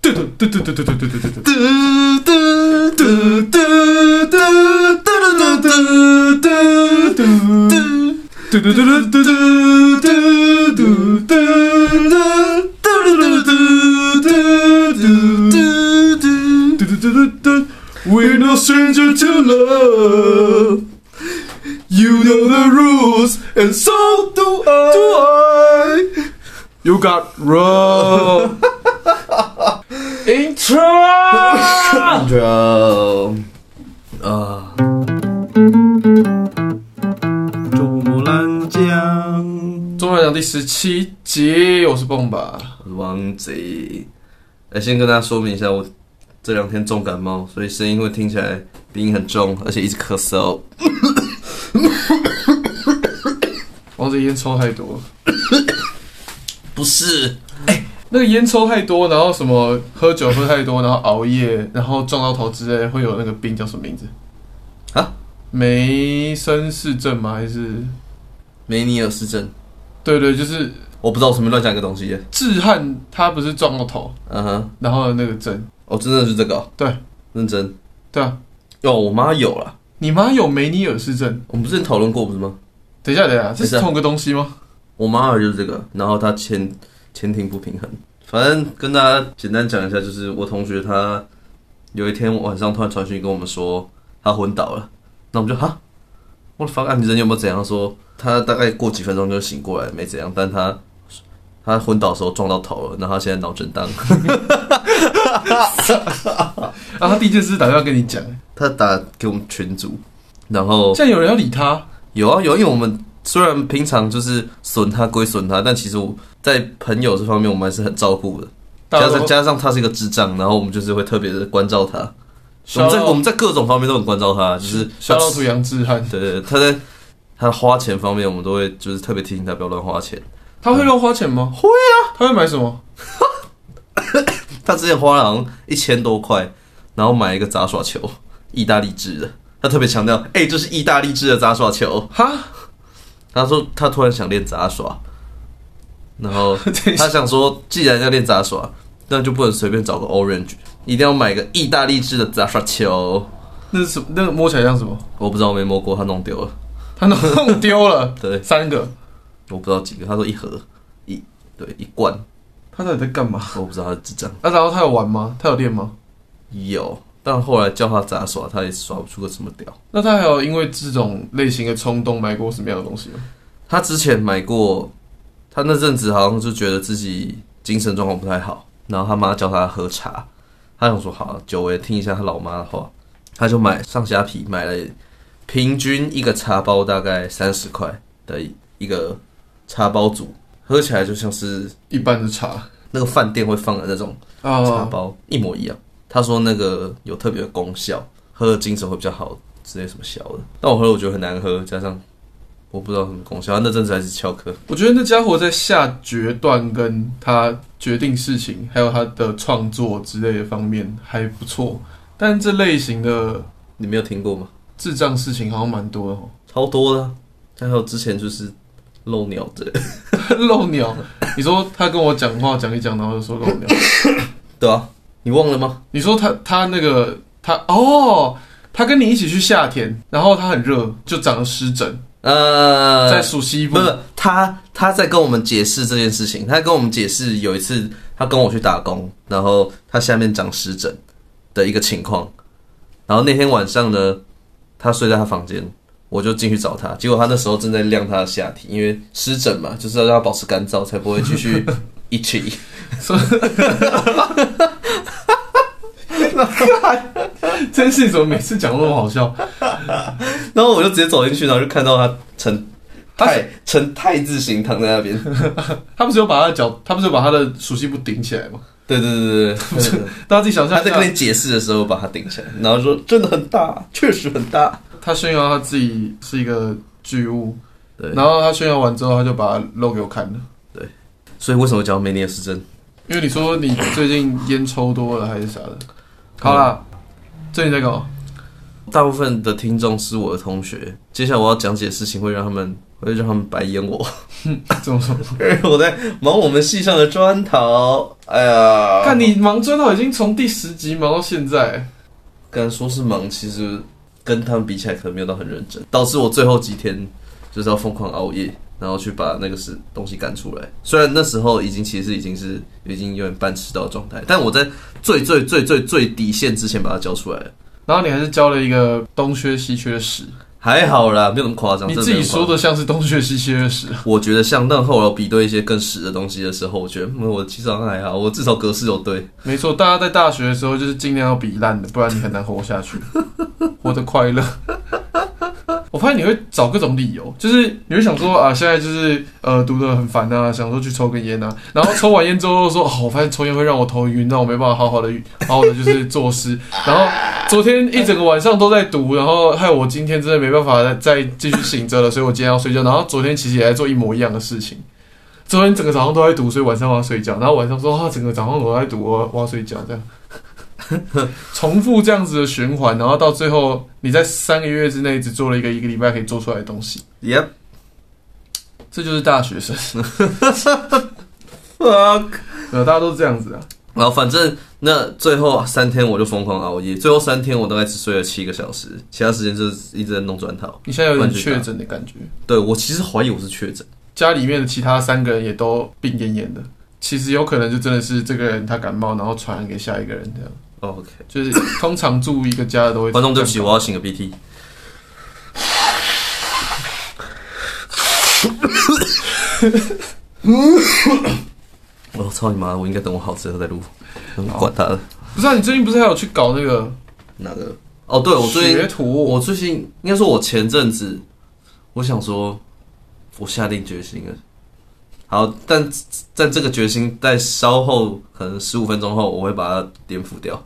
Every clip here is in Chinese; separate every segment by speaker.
Speaker 1: 嘟嘟嘟嘟嘟嘟嘟嘟嘟嘟
Speaker 2: 嘟嘟嘟嘟嘟嘟嘟嘟嘟嘟嘟。
Speaker 1: 嘟嘟嘟嘟嘟嘟嘟嘟嘟嘟嘟嘟嘟。
Speaker 2: We're no stranger to love. You know the rules, and so do I. You got roll.
Speaker 1: Intro，
Speaker 2: Intro. 啊。珠穆朗江，
Speaker 1: 中文讲第十七集，我是蹦吧。
Speaker 2: 王贼。哎，先跟大家说明一下，我这两天重感冒，所以声音会听起来鼻音很重，而且一直咳嗽。
Speaker 1: 王子烟抽太多，
Speaker 2: 不是，
Speaker 1: 那个烟抽太多，然后什么喝酒喝太多，然后熬夜，然后撞到头之类，会有那个病叫什么名字？
Speaker 2: 啊？
Speaker 1: 梅森氏症吗？还是？
Speaker 2: 梅尼尔氏症，
Speaker 1: 对对，就是
Speaker 2: 我不知道我什么乱讲一个东西耶。
Speaker 1: 志汉他不是撞到头，
Speaker 2: 嗯哼，
Speaker 1: 然后那个针，
Speaker 2: 哦，真的是这个、哦，
Speaker 1: 对
Speaker 2: 认真。
Speaker 1: 对啊，
Speaker 2: 哦，我妈有啦，
Speaker 1: 你妈有梅尼尔氏症？
Speaker 2: 我们之前讨论过不是吗？
Speaker 1: 等一下，等一下，这
Speaker 2: 等一
Speaker 1: 是
Speaker 2: 下
Speaker 1: 同个东西吗？
Speaker 2: 我妈儿就是这个，然后她前前庭不平衡。反正跟大家简单讲一下，就是我同学他有一天晚上突然传讯跟我们说他昏倒了，那我们就哈，我的 fuck，啊你人有没有怎样？他说他大概过几分钟就醒过来，没怎样，但他他昏倒的时候撞到头了，然后他现在脑震荡。
Speaker 1: 然后他第一件事打电话跟你讲，
Speaker 2: 他打给我们群组，然后
Speaker 1: 现在有人要理他，
Speaker 2: 有啊有，因为我们虽然平常就是损他归损他，但其实我在朋友这方面我们还是很照顾的。
Speaker 1: 大
Speaker 2: 加
Speaker 1: 家
Speaker 2: 上
Speaker 1: 都
Speaker 2: 加上他是一个智障，然后我们就是会特别的关照他。我
Speaker 1: 小嗯
Speaker 2: 们在我们在各种方面都很关照他，就是
Speaker 1: 小
Speaker 2: 他
Speaker 1: 老土杨志汉，
Speaker 2: 对对，对他在他花钱方面，我们都会就是特别提醒他不要乱花钱。
Speaker 1: 他会乱花钱吗？会啊，他会买什么？
Speaker 2: 他之前花了好像一千多块，然后买一个杂耍球，意大利制的。他特别强调，哎、这是意大利制的杂耍球。
Speaker 1: 哈，
Speaker 2: 他说他突然想练杂耍，然后
Speaker 1: 等一下
Speaker 2: 他想说，既然要练杂耍，那就不能随便找个 orange，一定要买个意大利制的杂耍球。
Speaker 1: 那是什么？那个摸起来像什么？
Speaker 2: 我不知道，我没摸过，他弄丢了。
Speaker 1: 他弄丢了，
Speaker 2: 对，
Speaker 1: 三个，
Speaker 2: 我不知道几个，他说一盒一对一罐，
Speaker 1: 他到底在干嘛？
Speaker 2: 我不知道他是智障。
Speaker 1: 那然后他有玩吗？他有练吗？
Speaker 2: 有，但后来教他杂耍，他也耍不出个什么屌。
Speaker 1: 那他还有因为这种类型的冲动买过什么样的东西吗？
Speaker 2: 他之前买过，他那阵子好像就觉得自己精神状况不太好，然后他妈叫他喝茶，他想说好，久违听一下他老妈的话，他就买上下皮，买了平均一个茶包大概三十块的一个茶包组，喝起来就像是
Speaker 1: 一般的茶
Speaker 2: 那个饭店会放的那种茶
Speaker 1: 啊，
Speaker 2: 包，一模一样。他说那个有特别的功效，喝了精神会比较好之类什么小的，但我喝了我觉得很难喝，加上我不知道什么功效，那阵子还是翘课。
Speaker 1: 我觉得那家伙在下决断、跟他决定事情，还有他的创作之类的方面还不错，但这类型的
Speaker 2: 你没有听过吗？
Speaker 1: 智障事情好像蛮多的哦。
Speaker 2: 超多的啊、还有之前就是漏鸟的，
Speaker 1: 漏鸟，你说他跟我讲话讲一讲，然后就说漏鸟，
Speaker 2: 对啊，你忘了吗？
Speaker 1: 你说他他那个他哦，他跟你一起去夏天，然后他很热，就长了湿疹，
Speaker 2: 呃，
Speaker 1: 在暑西
Speaker 2: 不
Speaker 1: 部。
Speaker 2: 是他，他在跟我们解释这件事情。他跟我们解释有一次他跟我去打工，然后他下面长湿疹的一个情况。然后那天晚上呢，他睡在他房间，我就进去找他。结果他那时候正在晾他的下体，因为湿疹嘛，就是要让他保持干燥，才不会继续一起。
Speaker 1: 这件事情怎么每次讲都那么好笑？
Speaker 2: 然后我就直接走进去，然后就看到他呈
Speaker 1: 他
Speaker 2: 太呈太字形躺在那边。
Speaker 1: 他不是有把他的脚，他不是有把他的暑西部顶起来吗？
Speaker 2: 对对对对对，
Speaker 1: 大家自己想象
Speaker 2: 他
Speaker 1: 一下
Speaker 2: 在跟你解释的时候把它顶起来，然后说真的很大，确实很大。
Speaker 1: 他炫耀他自己是一个巨物，
Speaker 2: 对
Speaker 1: 然后他炫耀完之后，他就把它露给我看了。
Speaker 2: 所以为什么讲梅尼尔斯症？
Speaker 1: 因为你说你最近烟抽多了还是啥的，好啦，这你在干嘛？
Speaker 2: 大部分的听众是我的同学，接下来我要讲解的事情会让他们我就叫他们白眼我，
Speaker 1: 怎么说？
Speaker 2: 因为我在忙我们系上的专讨。哎呀，
Speaker 1: 看你忙专到已经从第十集忙到现在，
Speaker 2: 敢说是忙，其实跟他们比起来，可能没有到很认真，导致我最后几天就是要疯狂熬夜，然后去把那个是东西赶出来。虽然那时候已经其实已经是已经有点半迟到的状态，但我在最最最最最底线之前把它交出来了，
Speaker 1: 然后你还是交了一个东缺西缺的屎，
Speaker 2: 还好啦，没有那么夸张。
Speaker 1: 你
Speaker 2: 真
Speaker 1: 自己
Speaker 2: 没有那么夸张
Speaker 1: 说的像是东缺西缺的屎。
Speaker 2: 我觉得像，但后来我比对一些更实的东西的时候，我觉得、嗯、我其实好像还好，我至少格式有对。
Speaker 1: 没错，大家在大学的时候就是尽量要比烂的，不然你很难活下去，活得快乐。我发现你会找各种理由，就是你会想说啊，现在就是呃读的很烦啊，想说去抽根烟啊，然后抽完烟之后说，哦，我发现抽烟会让我头晕，让我没办法好好的好好的就是作诗，然后昨天一整个晚上都在读，然后害我今天真的没办法再再继续醒着了，所以我今天要睡觉，然后昨天其实也在做一模一样的事情。昨天整个早上都在读，所以晚上我要睡觉。然后晚上说啊，整个早上我都在读，我要我要睡觉，这样 重复这样子的循环，然后到最后你在三个月之内只做了一个一个礼拜可以做出来的东西，
Speaker 2: Yep,
Speaker 1: 这就是大学生，
Speaker 2: fuck.
Speaker 1: 呃，大家都这样子啊。
Speaker 2: 然后反正那最后三天我就疯狂熬夜，最后三天我大概只睡了七个小时，其他时间就是一直在弄砖头。
Speaker 1: 你现在有点确诊的感觉，
Speaker 2: 对我其实怀疑我是确诊，
Speaker 1: 家里面的其他三个人也都病恹恹的，其实有可能就真的是这个人他感冒，然后传染给下一个人，这样
Speaker 2: 哦 OK，
Speaker 1: 就是通常住一个家的都会。
Speaker 2: 观众对不起，我要擤个鼻涕。 我操你妈！我应该等我好吃了再录，管他的。
Speaker 1: 不是啊，你最近不是还有去搞那个
Speaker 2: 哪个？哦，对我最近
Speaker 1: 学徒？
Speaker 2: 我最近应该说，我前阵子我想说，我下定决心了。好，但但这个决心在稍后可能十五分钟后，我会把它颠覆掉。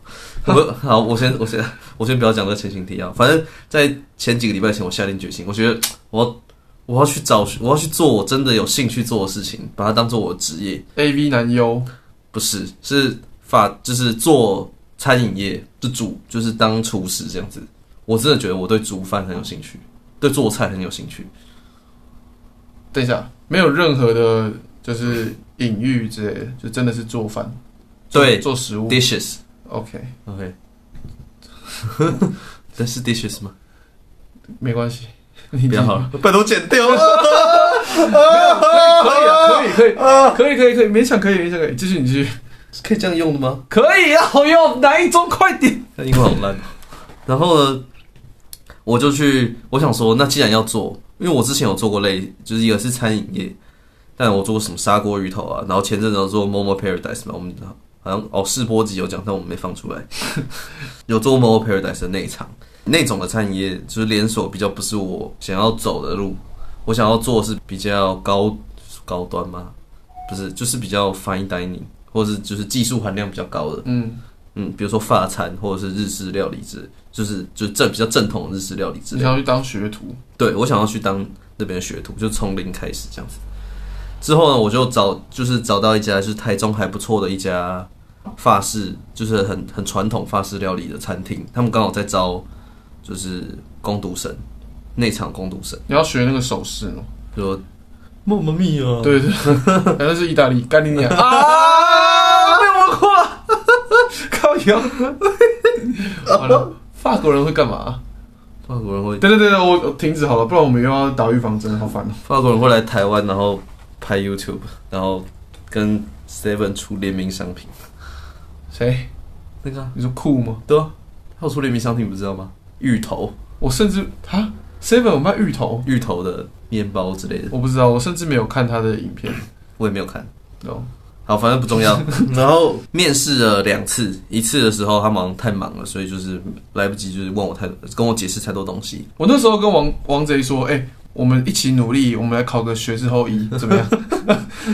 Speaker 2: 我 好，我先我先我先不要讲这个前情提要，反正在前几个礼拜前，我下定决心，我觉得我要我要去找我要去做我真的有兴趣做的事情，把它当做我的职业，
Speaker 1: A V 男优，
Speaker 2: 不是是法就是做餐饮业，就煮就是当厨师这样子。我真的觉得我对煮饭很有兴趣，对做菜很有兴趣。
Speaker 1: 等一下，没有任何的，就是隐喻之类的，就真的是做饭，做
Speaker 2: 对
Speaker 1: 做食物。
Speaker 2: dishes
Speaker 1: OK，
Speaker 2: OK，但是 dishes 吗？
Speaker 1: 没关系， 你
Speaker 2: 不要好
Speaker 1: 了，
Speaker 2: 了，把头剪掉。可
Speaker 1: 可以啊，可以，可以，可以，可以，可以，勉强可以，勉强可以，继续，你继续，
Speaker 2: 可以这样用的吗？
Speaker 1: 可以啊，好用，哪一种快点？
Speaker 2: 那英文好烂。然后呢，我就去，我想说，那既然要做，因为我之前有做过类，就是一个是餐饮业，但我做过什么砂锅鱼头啊，然后前阵子有做 Momo Paradise 嘛，我们好像哦试播集有讲，但我们没放出来。 有做 Momo Paradise 的内场，那种的餐饮业就是连锁，比较不是我想要走的路。我想要做的是比较高高端吗？不是，就是比较 fine dining，或是就是技术含量比较高的。
Speaker 1: 嗯，
Speaker 2: 嗯，比如说法餐或者是日式料理之，就是就是正比较正统的日式料理之
Speaker 1: 你
Speaker 2: 类
Speaker 1: 想要
Speaker 2: 的。
Speaker 1: 去当学徒，
Speaker 2: 对我想要去当那边的学徒，就从零开始这样子。之后呢，我就找就是找到一家就是台中还不错的一家法式，就是很很传统法式料理的餐厅，他们刚好在招就是攻读生，内场攻读生，
Speaker 1: 你要学那个手势哦。
Speaker 2: 就说妈妈咪啊，
Speaker 1: 对 对，对那是意大利，干你娘啊！
Speaker 2: 啊，被我夸，
Speaker 1: 靠 腰，完了，法国人会干嘛？
Speaker 2: 法国人会
Speaker 1: 对对对，我我停止好了，不然我们又要打预防针，好烦哦。
Speaker 2: 法国人会来台湾，然后拍 YouTube，然后跟 Seven 出联名商品。
Speaker 1: 谁？
Speaker 2: 那个、啊、
Speaker 1: 你说酷吗？
Speaker 2: 对啊，他有出联名商品，不知道吗？芋头，
Speaker 1: 我甚至啊，Seven 有卖芋头，
Speaker 2: 芋头的面包之类的，
Speaker 1: 我不知道，我甚至没有看他的影片。
Speaker 2: 我也没有看。
Speaker 1: 哦，
Speaker 2: 好，反正不 重要。然后面试了两次，一次的时候他忙太忙了，所以就是来不及，就是问我太跟我解释太多东西。
Speaker 1: 我那时候跟王王贼说，哎、我们一起努力，我们来考个学士后医，怎么样？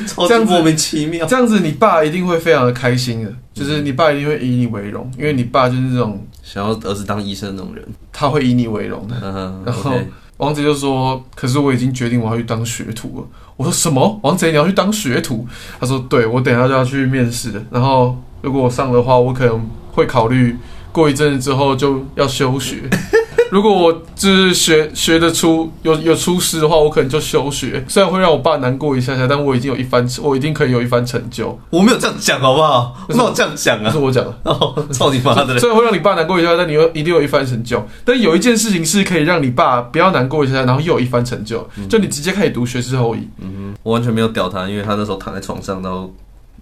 Speaker 2: 超
Speaker 1: 这样子
Speaker 2: 莫名 其妙。
Speaker 1: 这样子，你爸一定会非常的开心的，就是你爸一定会以你为荣，因为你爸就是这种
Speaker 2: 想要儿子当医生的那种人。
Speaker 1: 他会以你为荣的。
Speaker 2: 嗯
Speaker 1: 然后
Speaker 2: ，OK，
Speaker 1: 王贼就说：“可是我已经决定我要去当学徒了。”我说：“什么？王贼你要去当学徒？”他说：“对，我等一下就要去面试了。然后如果我上的话，我可能会考虑过一阵子之后就要休学。” 如果我就是学学得出有有出师的话，我可能就休学。虽然会让我爸难过一下下，但我已经有一番，我一定可以有一番成就。
Speaker 2: 我没有这样讲好不好？我没有这样讲
Speaker 1: 不
Speaker 2: 啊
Speaker 1: 是！我讲的，
Speaker 2: 哦，操你妈的嘞！
Speaker 1: 虽然会让你爸难过一下，但你又一定有一番成就。但有一件事情是可以让你爸不要难过一下下，然后又有一番成就，
Speaker 2: 嗯
Speaker 1: 就你直接开始读学士后裔。
Speaker 2: 我完全没有屌他，因为他那时候躺在床上，然后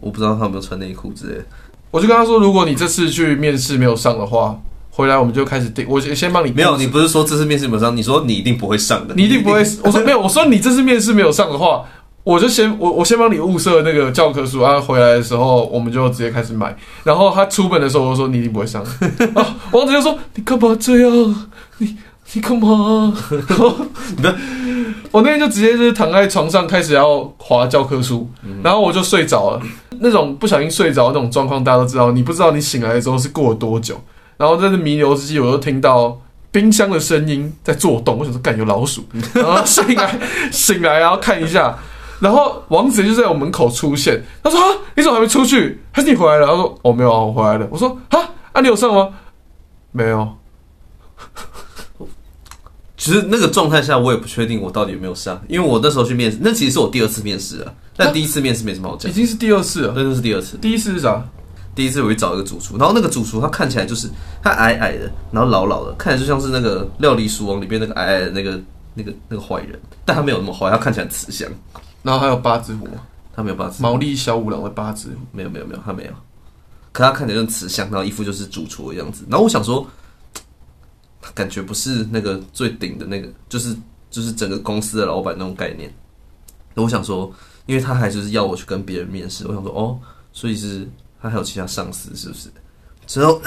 Speaker 2: 我不知道他有没有穿内裤之类的。
Speaker 1: 我就跟他说，如果你这次去面试没有上的话，回来我们就开始定，我先帮你
Speaker 2: 没有，你不是说这次面试没有上，你说你一定不会上的，
Speaker 1: 你一定不会。我 说没有，我说你这次面试没有上的话，我就先我我先帮你物色那个教科书啊，回来的时候我们就直接开始买。然后他出本的时候，我就说你一定不会 上。啊，王子就说你干嘛这样？你 你干嘛？然后
Speaker 2: 你不要
Speaker 1: 我那天就直接就是躺在床上开始要划教科书，然后我就睡着了。那种不小心睡着的那种状况，大家都知道，你不知道你醒来之后是过了多久。然后在这弥留之际，我就听到冰箱的声音在作动，我想说，干有老鼠，然后醒来， 醒来，然后看一下，然后王子就在我门口出现，他说啊，你怎么还没出去？还是你回来了？他说哦没有啊，我回来了。我说啊，啊你有上吗？没有。
Speaker 2: 其实那个状态下，我也不确定我到底有没有上，因为我那时候去面试，那其实是我第二次面试了，但第一次面试没什么好讲
Speaker 1: 已，经是第二次了。
Speaker 2: 那就是第二次。
Speaker 1: 第一次是啥？
Speaker 2: 第一次我去找一个主厨，然后那个主厨他看起来就是他矮矮的，然后老老的，看起来就像是那个《料理鼠王》里面那个矮矮的那个那个那个坏人，但他没有那么坏，他看起来很慈祥，
Speaker 1: 然后还有八只虎，
Speaker 2: 他没有八字，
Speaker 1: 毛利小五郎的八只虎。
Speaker 2: 没有没有没有，他没有，可他看起来就很慈祥，然后一副就是主厨的样子，然后我想说，他感觉不是那个最顶的那个，就是就是整个公司的老板那种概念，那我想说，因为他还就是要我去跟别人面试，我想说哦，所以是他还有其他上司是不是？之后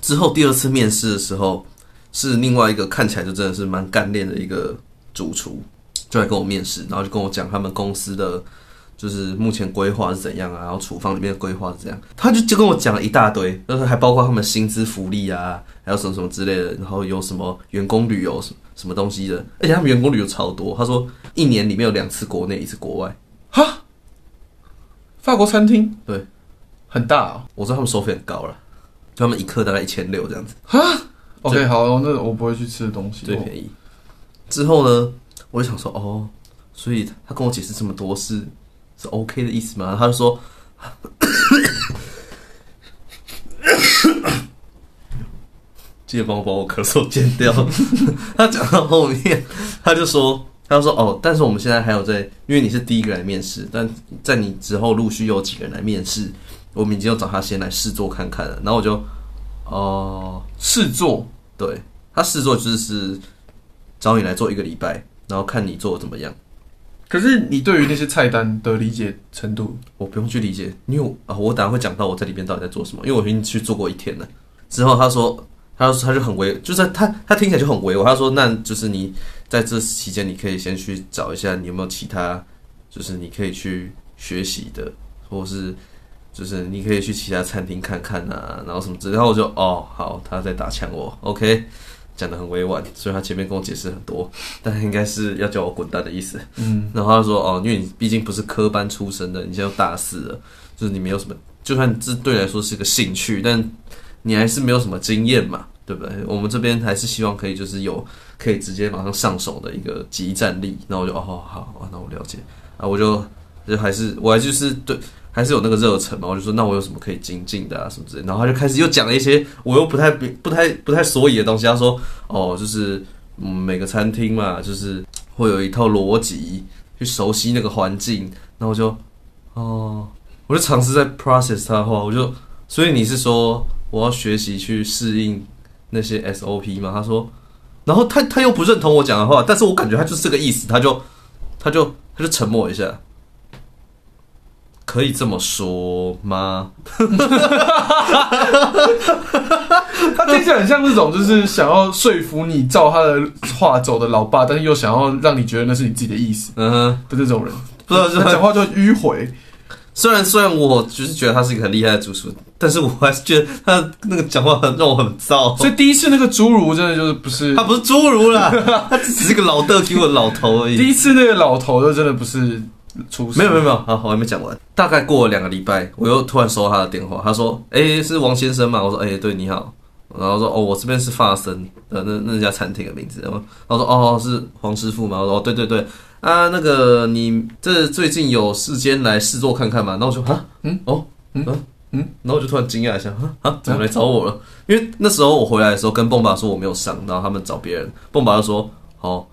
Speaker 2: 之后第二次面试的时候，是另外一个看起来就真的是蛮干练的一个主厨，就来跟我面试，然后就跟我讲他们公司的就是目前规划是怎样啊，然后厨房里面的规划是怎样，他就就跟我讲了一大堆，就是还包括他们薪资福利啊，还有什么什么之类的，然后有什么员工旅游什么什么东西的，而且他们员工旅游超多，他说一年里面有两次国内，一次国外，
Speaker 1: 哈，法国餐厅
Speaker 2: 对，
Speaker 1: 很大哦。
Speaker 2: 我知道他们收费很高了，他们一克大概一千六这样子。
Speaker 1: OK，好，那我不会去吃的东西。哦
Speaker 2: 最便宜。之后呢，我就想说，哦，所以他跟我解释这么多是是 OK 的意思吗？他就说， 记得帮我把我咳嗽剪掉。 他讲到后面，他就说，他就说，哦，但是我们现在还有在，因为你是第一个来面试，但在你之后陆续有几个人来面试，我们已经要找他先来试做看看了。然后我就，哦、
Speaker 1: 试做
Speaker 2: 对他试做就是是找你来做一个礼拜，然后看你做的怎么样。
Speaker 1: 可是你对于那些菜单的理解程度，
Speaker 2: 我不用去理解，因为我啊，我等下会讲到我在里面到底在做什么，因为我已经去做过一天了。之后他说，他说他就很委，就是他他听起来就很委婉。他说，那就是你在这期间，你可以先去找一下你有没有其他，就是你可以去学习的，或是就是你可以去其他餐厅看看啊，然后什么之类的。然后我就哦，好，他在打枪我，OK，讲的很委婉，所以他前面跟我解释很多，但应该是要叫我滚蛋的意思。
Speaker 1: 嗯，
Speaker 2: 然后他说哦，因为你毕竟不是科班出身的，你现在都大四了，就是你没有什么，就算这对你来说是个兴趣，但你还是没有什么经验嘛，对不对？我们这边还是希望可以就是有可以直接马上上手的一个集战力。那我就哦好好，那我了解啊，我就就还是我还就是对。还是有那个热忱嘛，我就说那我有什么可以精进的啊什么之类的，然后他就开始又讲了一些我又不太不太不太所以的东西。他说哦，就是嗯每个餐厅嘛，就是会有一套逻辑，去熟悉那个环境，然后我就，哦，我就尝试在 process 它的话，我就，所以你是说我要学习去适应那些 SOP 吗？他说，然后他他又不认同我讲的话，但是我感觉他就是这个意思，他就他就他就沉默一下，可以这么说吗？
Speaker 1: 他听起来很像那种就是想要说服你照他的话走的老爸，但是又想要让你觉得那是你自己的意思
Speaker 2: 嗯哼，
Speaker 1: 的那种人。
Speaker 2: 不知道是
Speaker 1: 他讲话就很迂回，
Speaker 2: 虽然虽然我就是觉得他是一个很厉害的主厨，但是我还是觉得他那个讲话很让我很燥。
Speaker 1: 所以第一次那个侏儒真的就是不是
Speaker 2: 哦他不是侏儒 啦，他只是个老的给我老头而已。
Speaker 1: 第一次那个老头就真的不是厨师，
Speaker 2: 没有没有没有，好，我还没讲完。大概过了两个礼拜，我又突然收到他的电话，他说：“哎、是王先生吗？”我说：“哎、对，你好。”然后说哦，我这边是发生呃那那家餐厅的名字，然后然后说哦是黄师傅嘛，我说哦对对对啊，那个你这最近有世间来试做看看嘛，然后我就啊嗯哦嗯嗯，然后我就突然惊讶一下啊啊怎么来找我了？因为那时候我回来的时候跟蹦爸说我没有上，然后他们找别人，蹦爸就说哦。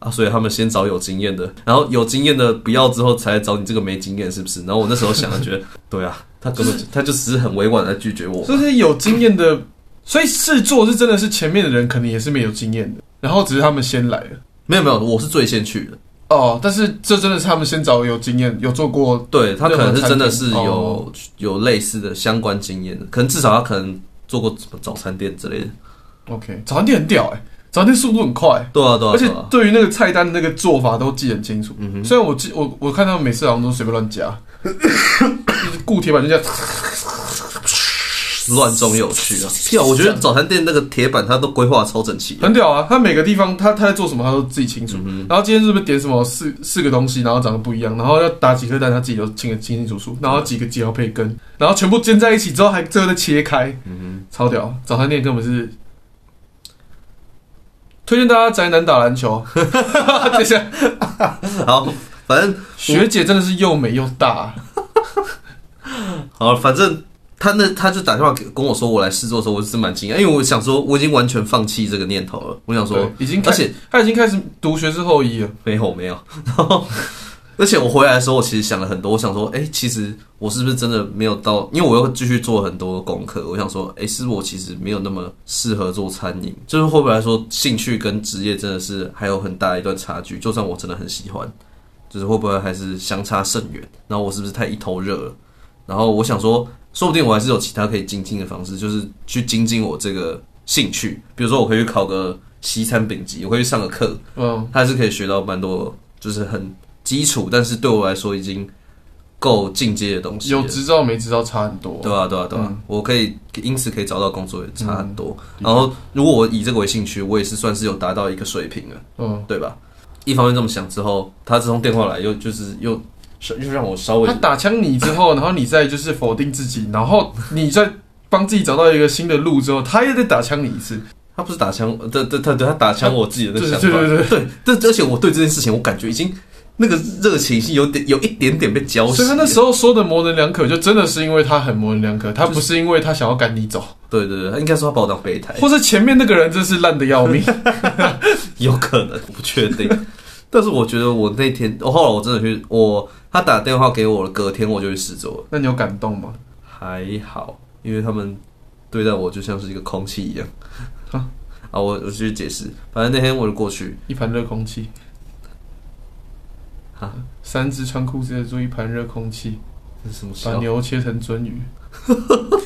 Speaker 2: 啊，所以他们先找有经验的，然后有经验的不要之后才来找你这个没经验，是不是？然后我那时候想，觉得 对啊，他根本就他就只是很委婉的拒绝我，
Speaker 1: 所以是有经验的，所以试做是真的是前面的人可能也是没有经验的，然后只是他们先来了
Speaker 2: 没有没有，我是最先去的。
Speaker 1: 哦，但是这真的是他们先找有经验、有做过
Speaker 2: 对他可能是真的是有、
Speaker 1: 哦
Speaker 2: 有类似的相关经验的，可能至少他可能做过什么早餐店之类的。
Speaker 1: OK，早餐店很屌哎、早餐店速度很快、
Speaker 2: 对啊对啊，
Speaker 1: 而且
Speaker 2: 对啊
Speaker 1: 对于那个菜单那个做法都记得很清楚。虽然我记我我看他们每次好像都随便乱加， 就是固铁板就这样，
Speaker 2: 乱中有趣啊！屁啊，我觉得早餐店那个铁板它都规划得超整齐 的，
Speaker 1: 很屌啊！他每个地方他他在做什么他都自己清楚。然后今天是不是点什么四四个东西，然后长得不一样，然后要打几颗蛋，他自己都清得清清楚楚，然后几个几条培根，然后全部煎在一起之后还最后再切开，超屌！早餐店根本是。推荐大家宅男打篮球， 这下
Speaker 2: 好，反正
Speaker 1: 学姐真的是又美又大、啊
Speaker 2: 好，反正他那他就打电话给跟我说我来试做的时候，我是蛮惊讶，因为我想说我已经完全放弃这个念头了，我想说
Speaker 1: 对，已经开
Speaker 2: 而且
Speaker 1: 他已经开始读学士后医了。
Speaker 2: 没有没有， 然后而且我回来的时候，我其实想了很多，我想说，哎、其实我是不是真的没有到？因为我又继续做很多功课，我想说，哎、是不是我其实没有那么适合做餐饮？就是会不会来说，兴趣跟职业真的是还有很大一段差距？就算我真的很喜欢，就是会不会还是相差甚远？然后我是不是太一头热了？然后我想说，说不定我还是有其他可以精进的方式，就是去精进我这个兴趣，比如说我可以去考个西餐丙级，我可以去上个课，
Speaker 1: 嗯，
Speaker 2: 他还是可以学到蛮多，就是很基础，但是对我来说已经够进阶的东西了
Speaker 1: 有嗯执照没执照差很多。
Speaker 2: 对啊，对啊，对啊，我可以因此可以找到工作，也差很多。
Speaker 1: 嗯
Speaker 2: 然后，如果我以这个为兴趣，我也是算是有达到一个水平了，
Speaker 1: 嗯，
Speaker 2: 对吧？一方面这么想之后，他这通电话来又就是又又让我稍微
Speaker 1: 他打枪你之后，然后你再就是否定自己，然后你再帮自己找到一个新的路之后，他又再打枪你一次。
Speaker 2: 他不是打枪，对对对对，他打枪我自己的那个想法，
Speaker 1: 对对对
Speaker 2: 对这而且我对这件事情，我感觉已经那个热情是有点有一点点被浇熄了。
Speaker 1: 所以他那时候说的模棱两可，就真的是因为他很模棱两可，他不是因为他想要赶你走，
Speaker 2: 对对对，他应该说他把我当备胎，
Speaker 1: 或是前面那个人真是烂的要 命。
Speaker 2: 有可能，我不确 定。但是我觉得我那天，我后来我真的去，我他打电话给我了，隔天我就去试做了，
Speaker 1: 那你有感动吗？
Speaker 2: 还好，因为他们对待我就像是一个空气一样。 啊，我我继续解释，反正那天我就过去，
Speaker 1: 一盘热空气
Speaker 2: 啊。
Speaker 1: 三只穿裤子的猪，一盘热空气，
Speaker 2: 那什么
Speaker 1: 把
Speaker 2: 笑，
Speaker 1: 牛切成鳟鱼，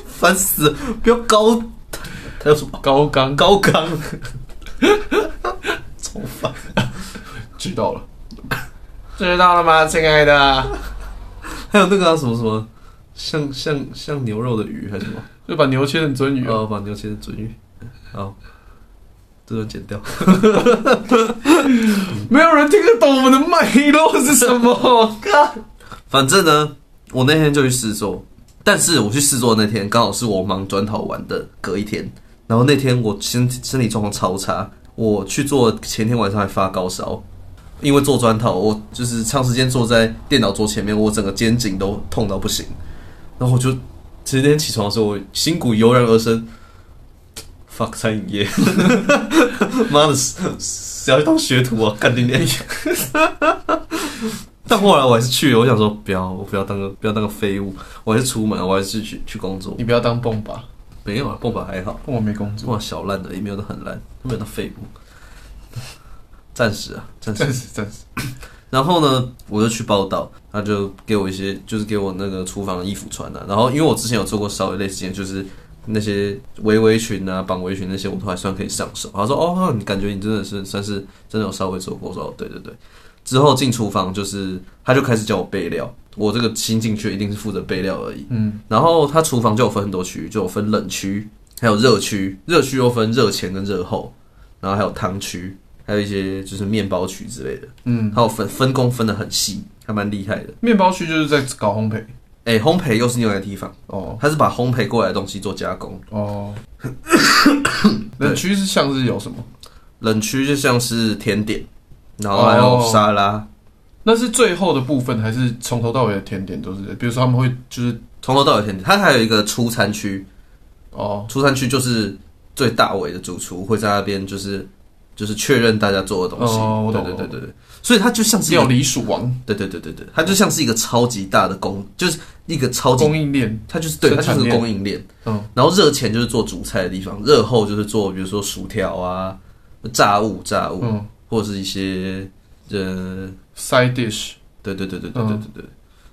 Speaker 2: 烦死了，不要高， 还有什么
Speaker 1: 高刚
Speaker 2: 高刚，
Speaker 1: 知道了， 知道了吗，亲爱的？
Speaker 2: 还有那个、啊、什么什么，像像像牛肉的鱼还是什么？
Speaker 1: 就把牛切成鳟鱼、
Speaker 2: 哦，把牛切成鳟鱼，好，这段剪掉。
Speaker 1: 没有人听得懂我们的脉络是什 么。
Speaker 2: 反正呢，我那天就去试做，但是我去试做那天刚好是我忙转头完的隔一天，然后那天我身身体状况超差，我去做前天晚上还发高烧，因为做砖头，我就是长时间坐在电脑桌前面，我整个肩颈都痛到不行，然后我就其实那天起床的时候，我心骨油然而生。fuck 餐饮业， 妈的，谁要去当学徒啊？干你娘！ 但后来我还是去了，我想说不要，我不要当个不要当个废物，我还是出门，我还是去去工作。
Speaker 1: 你不要当蹦吧，
Speaker 2: 没有啊，蹦吧还好，
Speaker 1: 我没工作，
Speaker 2: 蹦吧小烂的也没有到很烂，没有到废物，暂时啊，暂 时
Speaker 1: 暂。时暂时。
Speaker 2: 然后呢，我就去报道，他就给我一些，就是给我那个厨房的衣服穿的、啊然后因为我之前有做过稍微类似件，就是那些围围裙啊、绑围裙那些，我都还算可以上手。他说：“哦，那你感觉你真的是算是真的有稍微做过。”我说：“哦，对对对。”之后进厨房就是，他就开始叫我备料。我这个新进去一定是负责备料而已。
Speaker 1: 嗯，
Speaker 2: 然后它厨房就有分很多区域，就有分冷区，还有热区，热区又分热前跟热后，然后还有汤区，还有一些就是面包区之类的。
Speaker 1: 嗯，
Speaker 2: 还有分分工分得很细，还蛮厉害的。
Speaker 1: 面包区就是在搞烘焙，
Speaker 2: 哎、烘焙又是另外一个地方，
Speaker 1: 哦
Speaker 2: 它是把烘焙过来的东西做加工。
Speaker 1: 哦，冷区是像是有什么？
Speaker 2: 冷区就像是甜点，然后还有
Speaker 1: 哦
Speaker 2: 沙拉，
Speaker 1: 那是最后的部分，还是从头到尾的甜点都是？比如说他们会就是
Speaker 2: 从头到尾甜点。它还有一个出餐区，
Speaker 1: 哦
Speaker 2: 出餐区就是最大尾的主厨会在那边就是就是确认大家做的东西。
Speaker 1: 哦我
Speaker 2: 对
Speaker 1: 懂
Speaker 2: 对对对对，所以它就像是一
Speaker 1: 料
Speaker 2: 个
Speaker 1: 理鼠王
Speaker 2: 对对对对对，它就像是一个超级大的供，就是一个超级
Speaker 1: 供应链
Speaker 2: 它就是对，
Speaker 1: 生
Speaker 2: 它就
Speaker 1: 产
Speaker 2: 是个
Speaker 1: 链
Speaker 2: 供应链。
Speaker 1: 嗯，
Speaker 2: 然后热前就是做主菜的地方，热后就是做比如说薯条啊、炸物、炸物，
Speaker 1: 嗯
Speaker 2: 或者是一些呃，
Speaker 1: side dish
Speaker 2: 对对对对对对对对。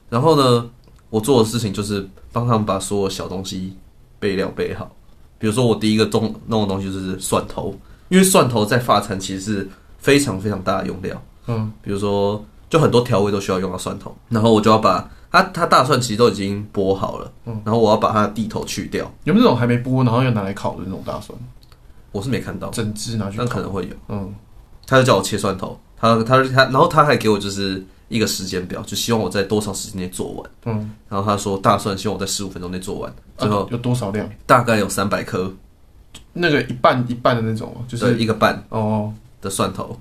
Speaker 2: 然后呢，我做的事情就是帮他们把所有小东西备料备好。比如说我第一个中弄的东西就是蒜头，因为蒜头在发餐其实是非常非常大的用料。
Speaker 1: 嗯
Speaker 2: 比如说就很多调味都需要用到蒜头，然后我就要把它它大蒜其实都已经剥好了，
Speaker 1: 嗯
Speaker 2: 然后我要把它的地头去掉，
Speaker 1: 有没有那种还没剥，然后又拿来烤的那种大蒜？
Speaker 2: 我是没看到，
Speaker 1: 整只拿去
Speaker 2: 但
Speaker 1: 烤
Speaker 2: 可，能会有，
Speaker 1: 嗯，
Speaker 2: 他就叫我切蒜头，他他他，然后他还给我就是一个时间表，就希望我在多长时间内做完，
Speaker 1: 嗯，
Speaker 2: 然后他说大蒜希望我在十五分钟内做完，最后
Speaker 1: 啊有多少量？
Speaker 2: 大概有三百颗，
Speaker 1: 那个一半一半的那种吗，就
Speaker 2: 就是
Speaker 1: 是
Speaker 2: 一个半
Speaker 1: 哦，
Speaker 2: 的蒜头，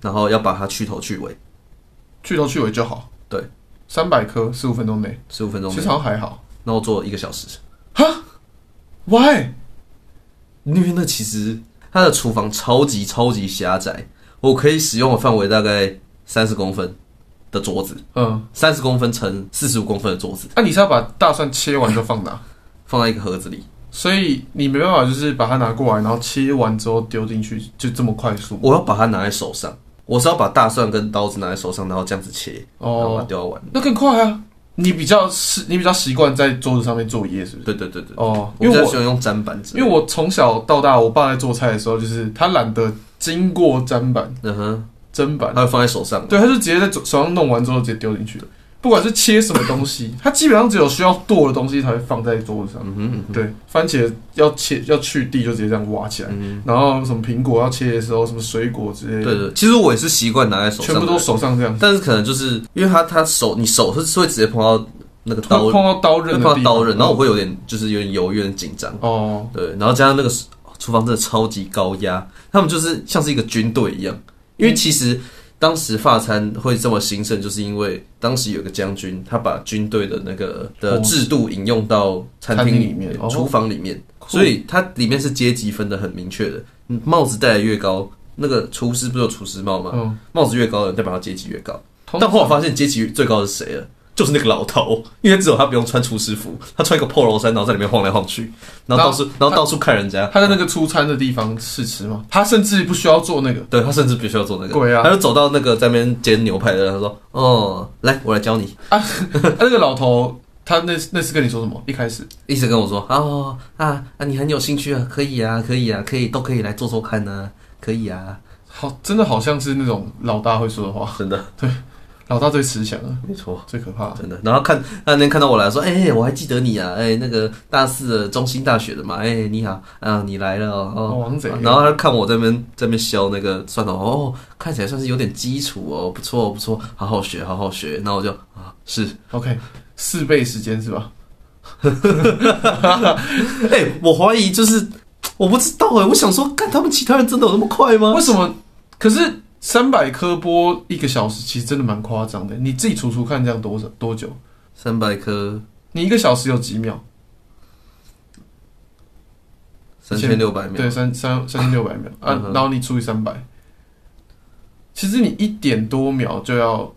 Speaker 2: 然后要把它去头去尾，
Speaker 1: 去头去尾就好。
Speaker 2: 对，
Speaker 1: 三百颗，十五分钟内，
Speaker 2: 十五分钟
Speaker 1: 其
Speaker 2: 内
Speaker 1: 实，好像还好。
Speaker 2: 然后做一个小时。
Speaker 1: Why？
Speaker 2: 因为那其实它的厨房超级超级狭窄，我可以使用的范围大概三十公分的桌子，
Speaker 1: 嗯，
Speaker 2: 三十公分乘四十五公分的桌子，
Speaker 1: 啊那、你是要把大蒜切完之后放哪？
Speaker 2: 放在一个盒子里。
Speaker 1: 所以你没办法，就是把它拿过来，然后切完之后丢进去，就这么快速。
Speaker 2: 我要把它拿在手上，我是要把大蒜跟刀子拿在手上，然后这样子切，然后把它
Speaker 1: 哦，
Speaker 2: 丢到碗里。
Speaker 1: 那更快啊！你比较是，你比较习惯在桌子上面作业，是不是？
Speaker 2: 对对对对，
Speaker 1: 哦，
Speaker 2: 我
Speaker 1: 因为
Speaker 2: 比较
Speaker 1: 我
Speaker 2: 喜欢用砧板子，
Speaker 1: 因为我从小到大，我爸在做菜的时候，就是他懒得经过砧板、
Speaker 2: 嗯哼，
Speaker 1: 砧板，
Speaker 2: 它会放在手上。
Speaker 1: 对，他就直接在手手上弄完之后直接丢进去，不管是切什么东西， 他基本上只有需要剁的东西才会放在桌子上。
Speaker 2: 嗯哼，嗯哼
Speaker 1: 对，番茄要切要去蒂就直接这样挖起来，
Speaker 2: 嗯
Speaker 1: 然后什么苹果要切的时候，什么水果之类的，
Speaker 2: 哼，对对，其实我也是习惯拿在手上
Speaker 1: 全
Speaker 2: 的，
Speaker 1: 部都手上这样，
Speaker 2: 但是可能就是因为它它手你手是会直接碰到那个刀
Speaker 1: 碰碰到刀刃
Speaker 2: 会
Speaker 1: 的
Speaker 2: 碰
Speaker 1: 地方嗯
Speaker 2: 到刀刃，然后我会有点就是有点犹豫、有点紧张。
Speaker 1: 哦，
Speaker 2: 对，然后加上那个是厨房真的超级高压，他们就是像是一个军队一样。因
Speaker 1: 嗯
Speaker 2: 为其实当时法餐会这么兴盛，就是因为当时有个将军，他把军队的那个的
Speaker 1: 哦
Speaker 2: 制度引用到餐
Speaker 1: 餐
Speaker 2: 厅里
Speaker 1: 厅里面哦
Speaker 2: 厨房里面，
Speaker 1: 酷
Speaker 2: 所以它里面是阶级分的很明确的。嗯帽子戴的越高，那个厨师不是有厨师帽吗？
Speaker 1: 嗯，
Speaker 2: 帽子越高的人代表他阶级越高。
Speaker 1: 通
Speaker 2: 但后来发现阶级最高的是谁了？就是那个老头，因为只有他不用穿厨师服，他穿一个 polo 衫，然后在里面晃来晃去，然后到处，然后到处看人家。
Speaker 1: 他在那个出餐的地方试吃嘛，他甚至不需要做那个，
Speaker 2: 对他甚至必须要做那个，
Speaker 1: 对啊
Speaker 2: 他就走到那个在那边煎牛排的人，他说：“哦，来，我来教你。
Speaker 1: 他那个老头，他那那次跟你说什么？一开始”
Speaker 2: 一直跟我说：“哦啊啊，你很有兴趣啊，可以啊，可以啊，可以，都可以来做做看啊，可以啊。
Speaker 1: 好，真的好像是那种老大会说的话，”
Speaker 2: 真的，
Speaker 1: 老大最慈祥啊，
Speaker 2: 没错。
Speaker 1: 最可怕的。
Speaker 2: 真的，然后看那天看到我来说，哎、我还记得你啊，哎、那个大四的中兴大学的嘛，哎、你好，啊，你来了哦，哦
Speaker 1: 哦王贼
Speaker 2: 然后他就看我这边这边削那个蒜头，哦，看起来算是有点基础哦，不错不错，好好学好好学，然后我就啊是，
Speaker 1: OK，四倍时间是吧？
Speaker 2: 哎、我怀疑就是我不知道哎、我想说，看他们其他人真的有那么快吗
Speaker 1: 为？什么？可是三百颗播一个小时，其实真的蛮夸张的。你自己除除看，这样多少多久？
Speaker 2: 三百颗
Speaker 1: 你一个小时有几秒？
Speaker 2: 三千六百秒
Speaker 1: 对，，三三三千六百秒啊
Speaker 2: 嗯哼，
Speaker 1: 然后你除以三百，其实你一点多秒就要，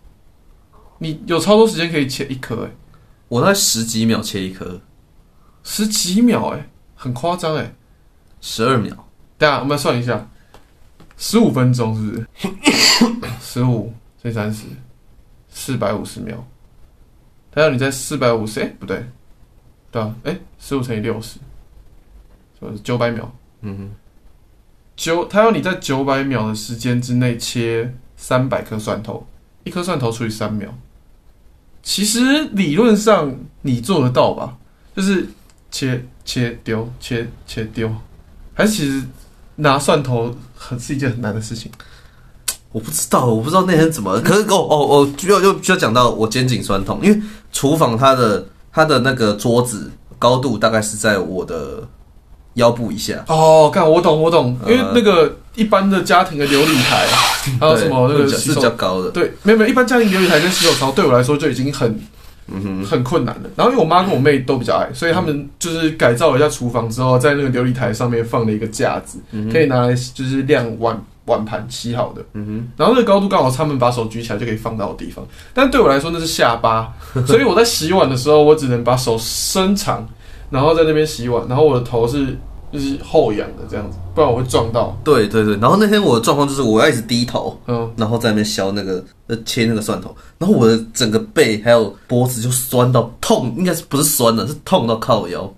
Speaker 1: 你有超多时间可以切一颗，哎，
Speaker 2: 我在十几秒切一颗，
Speaker 1: 十几秒，哎，很夸张，哎。
Speaker 2: 十二秒，
Speaker 1: 等一下我们来算一下，十五分钟是不是？十五乘三十，四百五十秒。等一下你在四百五十，哎，不对，对啊，哎，十五乘以六十，就是九百秒。
Speaker 2: 嗯哼。
Speaker 1: 九，他要你在九百秒的时间之内切三百颗蒜头，一颗蒜头除以三秒。其实理论上你做得到吧？就是切切丢切切丢，还是其实拿蒜头很是一件很难的事情。
Speaker 2: 我不知道，我不知道那天怎么，可是哦哦哦，就要又就要讲到我肩颈酸痛，因为厨房它的它的那个桌子高度大概是在我的腰部以下，
Speaker 1: 哦，干，我懂我懂，因
Speaker 2: 呃
Speaker 1: 为那个一般的家庭的琉璃 台，还有什么那
Speaker 2: 对
Speaker 1: 个
Speaker 2: 是
Speaker 1: 洗
Speaker 2: 比
Speaker 1: 手，
Speaker 2: 较高的，
Speaker 1: 对，没有没有，一般家庭琉璃台跟洗手槽对我来说就已经很
Speaker 2: 嗯哼，
Speaker 1: 很困难了。然后因为我妈跟我妹都比较矮，所以他们就是改造了一下厨房之后，在那个琉璃台上面放了一个架子，
Speaker 2: 嗯哼
Speaker 1: 可以拿来就是晾碗碗盘洗好的。
Speaker 2: 嗯哼，
Speaker 1: 然后那个高度刚好，他们把手举起来就可以放到的地方。但对我来说那是下 巴，所以我在洗碗的时候，我只能把手伸长，然后在那边洗碗，然后我的头是就是后仰的这样子，不然我会撞到。
Speaker 2: 对对对。然后那天我的状况就是我要一直低头，
Speaker 1: 嗯，
Speaker 2: 然后在那边削那个呃切那个蒜头，然后我的整个背还有脖子就酸到痛，应该是不是酸啊了，是痛到靠腰。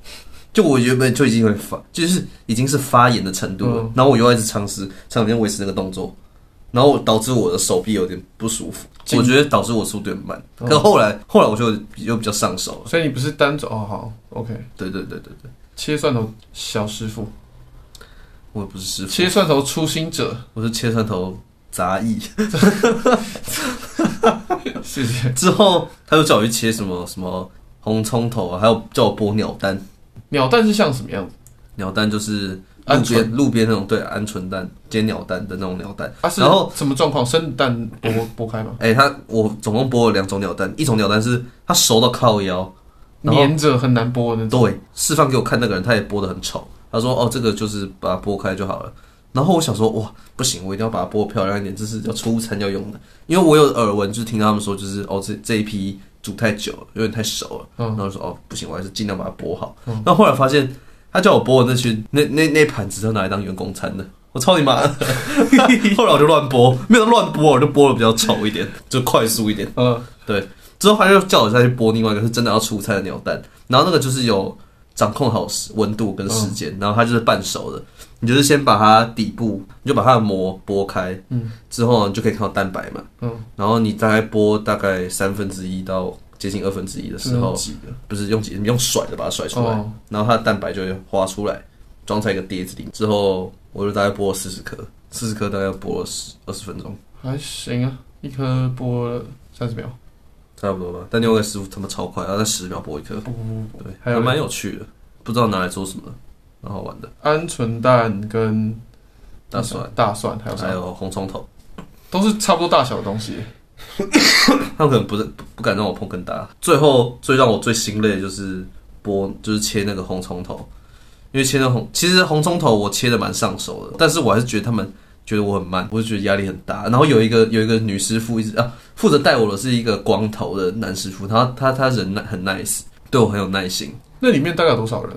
Speaker 2: 就我原本就已经有点发，就是已经是发炎的程度了，
Speaker 1: 嗯
Speaker 2: 然后我又要一直尝试长时间维持那个动作，然后导致我的手臂有点不舒服，
Speaker 1: 筋
Speaker 2: 我觉得导致我速度有点慢。
Speaker 1: 嗯
Speaker 2: 可后来后来我就又比较上手了，
Speaker 1: 所以你不是单手哦，好，OK，
Speaker 2: 对对对对对，
Speaker 1: 切蒜头小师傅，
Speaker 2: 我也不是师傅，
Speaker 1: 切蒜头初心者，
Speaker 2: 我是切蒜头杂役。
Speaker 1: 谢谢。
Speaker 2: 之后他就叫我去切什么什么红葱头啊，还有叫我剥鸟蛋。
Speaker 1: 鸟蛋是像什么样子？
Speaker 2: 鸟蛋就是路
Speaker 1: 鹌鹑
Speaker 2: 边路边那种对鹌鹑蛋、煎鸟蛋的那种鸟蛋。
Speaker 1: 啊，是
Speaker 2: 然后
Speaker 1: 什么状况？生的蛋剥剥开吗？
Speaker 2: 哎、它我总共剥了两种鸟蛋，一种鸟蛋是它熟到靠腰，然后
Speaker 1: 粘着很难剥的那种。
Speaker 2: 对，示范给我看那个人他也剥得很丑，他说哦这个就是把它剥开就好了。然后我想说哇不行，我一定要把它剥漂亮一点，这是要出餐要用的，因为我有耳闻，就是听他们说就是哦这这一批煮太久了，有点太熟了。然
Speaker 1: 嗯，
Speaker 2: 后就说哦不行，我还是尽量把它剥好。然后后来发现他叫我剥的那些那那那盘子，是要拿来当员工餐的。我操你妈！ 后来我就乱剥，没有乱剥，我就剥的比较丑一点，就快速一点。
Speaker 1: 呃，
Speaker 2: 之后他就叫我再去剥另外一个是真的要出餐的鸟蛋，然后那个就是有掌控好时温度跟时间，然后它就是半熟的，你就是先把它底部，你就把它的膜剥开，
Speaker 1: 嗯，
Speaker 2: 之后你就可以看到蛋白嘛，
Speaker 1: 嗯，
Speaker 2: 然后你大概剥大概三分之一到接近二分之一的
Speaker 1: 是
Speaker 2: 时候，
Speaker 1: 那种挤的
Speaker 2: 不是用挤，你用甩的把它甩出来，
Speaker 1: 嗯哦
Speaker 2: 然后它的蛋白就会滑出来，装在一个碟子里。之后我就大概剥了四十颗，四十颗大概剥了十二十分钟，
Speaker 1: 还行啊，一颗剥了三十秒。
Speaker 2: 差不多吧。但另外一个师傅他妈超快，他在十秒剥一颗，
Speaker 1: 不不不，
Speaker 2: 对，
Speaker 1: 哦还
Speaker 2: 还
Speaker 1: 有
Speaker 2: 蛮有趣的，不知道拿来做什么，蛮好玩的。
Speaker 1: 鹌鹑蛋跟
Speaker 2: 大蒜，
Speaker 1: 大蒜还有啥
Speaker 2: 还？有红葱头，
Speaker 1: 都是差不多大小的东西。
Speaker 2: 他们可能不是不不敢让我碰更大。最后最让我最心累的就是剥，就是切那个红葱头，因为切那红，其实红葱头我切的蛮上手的，但是我还是觉得他们觉得我很慢，我就觉得压力很大。然后有一个有一个女师傅一直啊，负责带我的是一个光头的男师傅，他他他人很 nice，对我很有耐心。
Speaker 1: 那里面大概有多少人？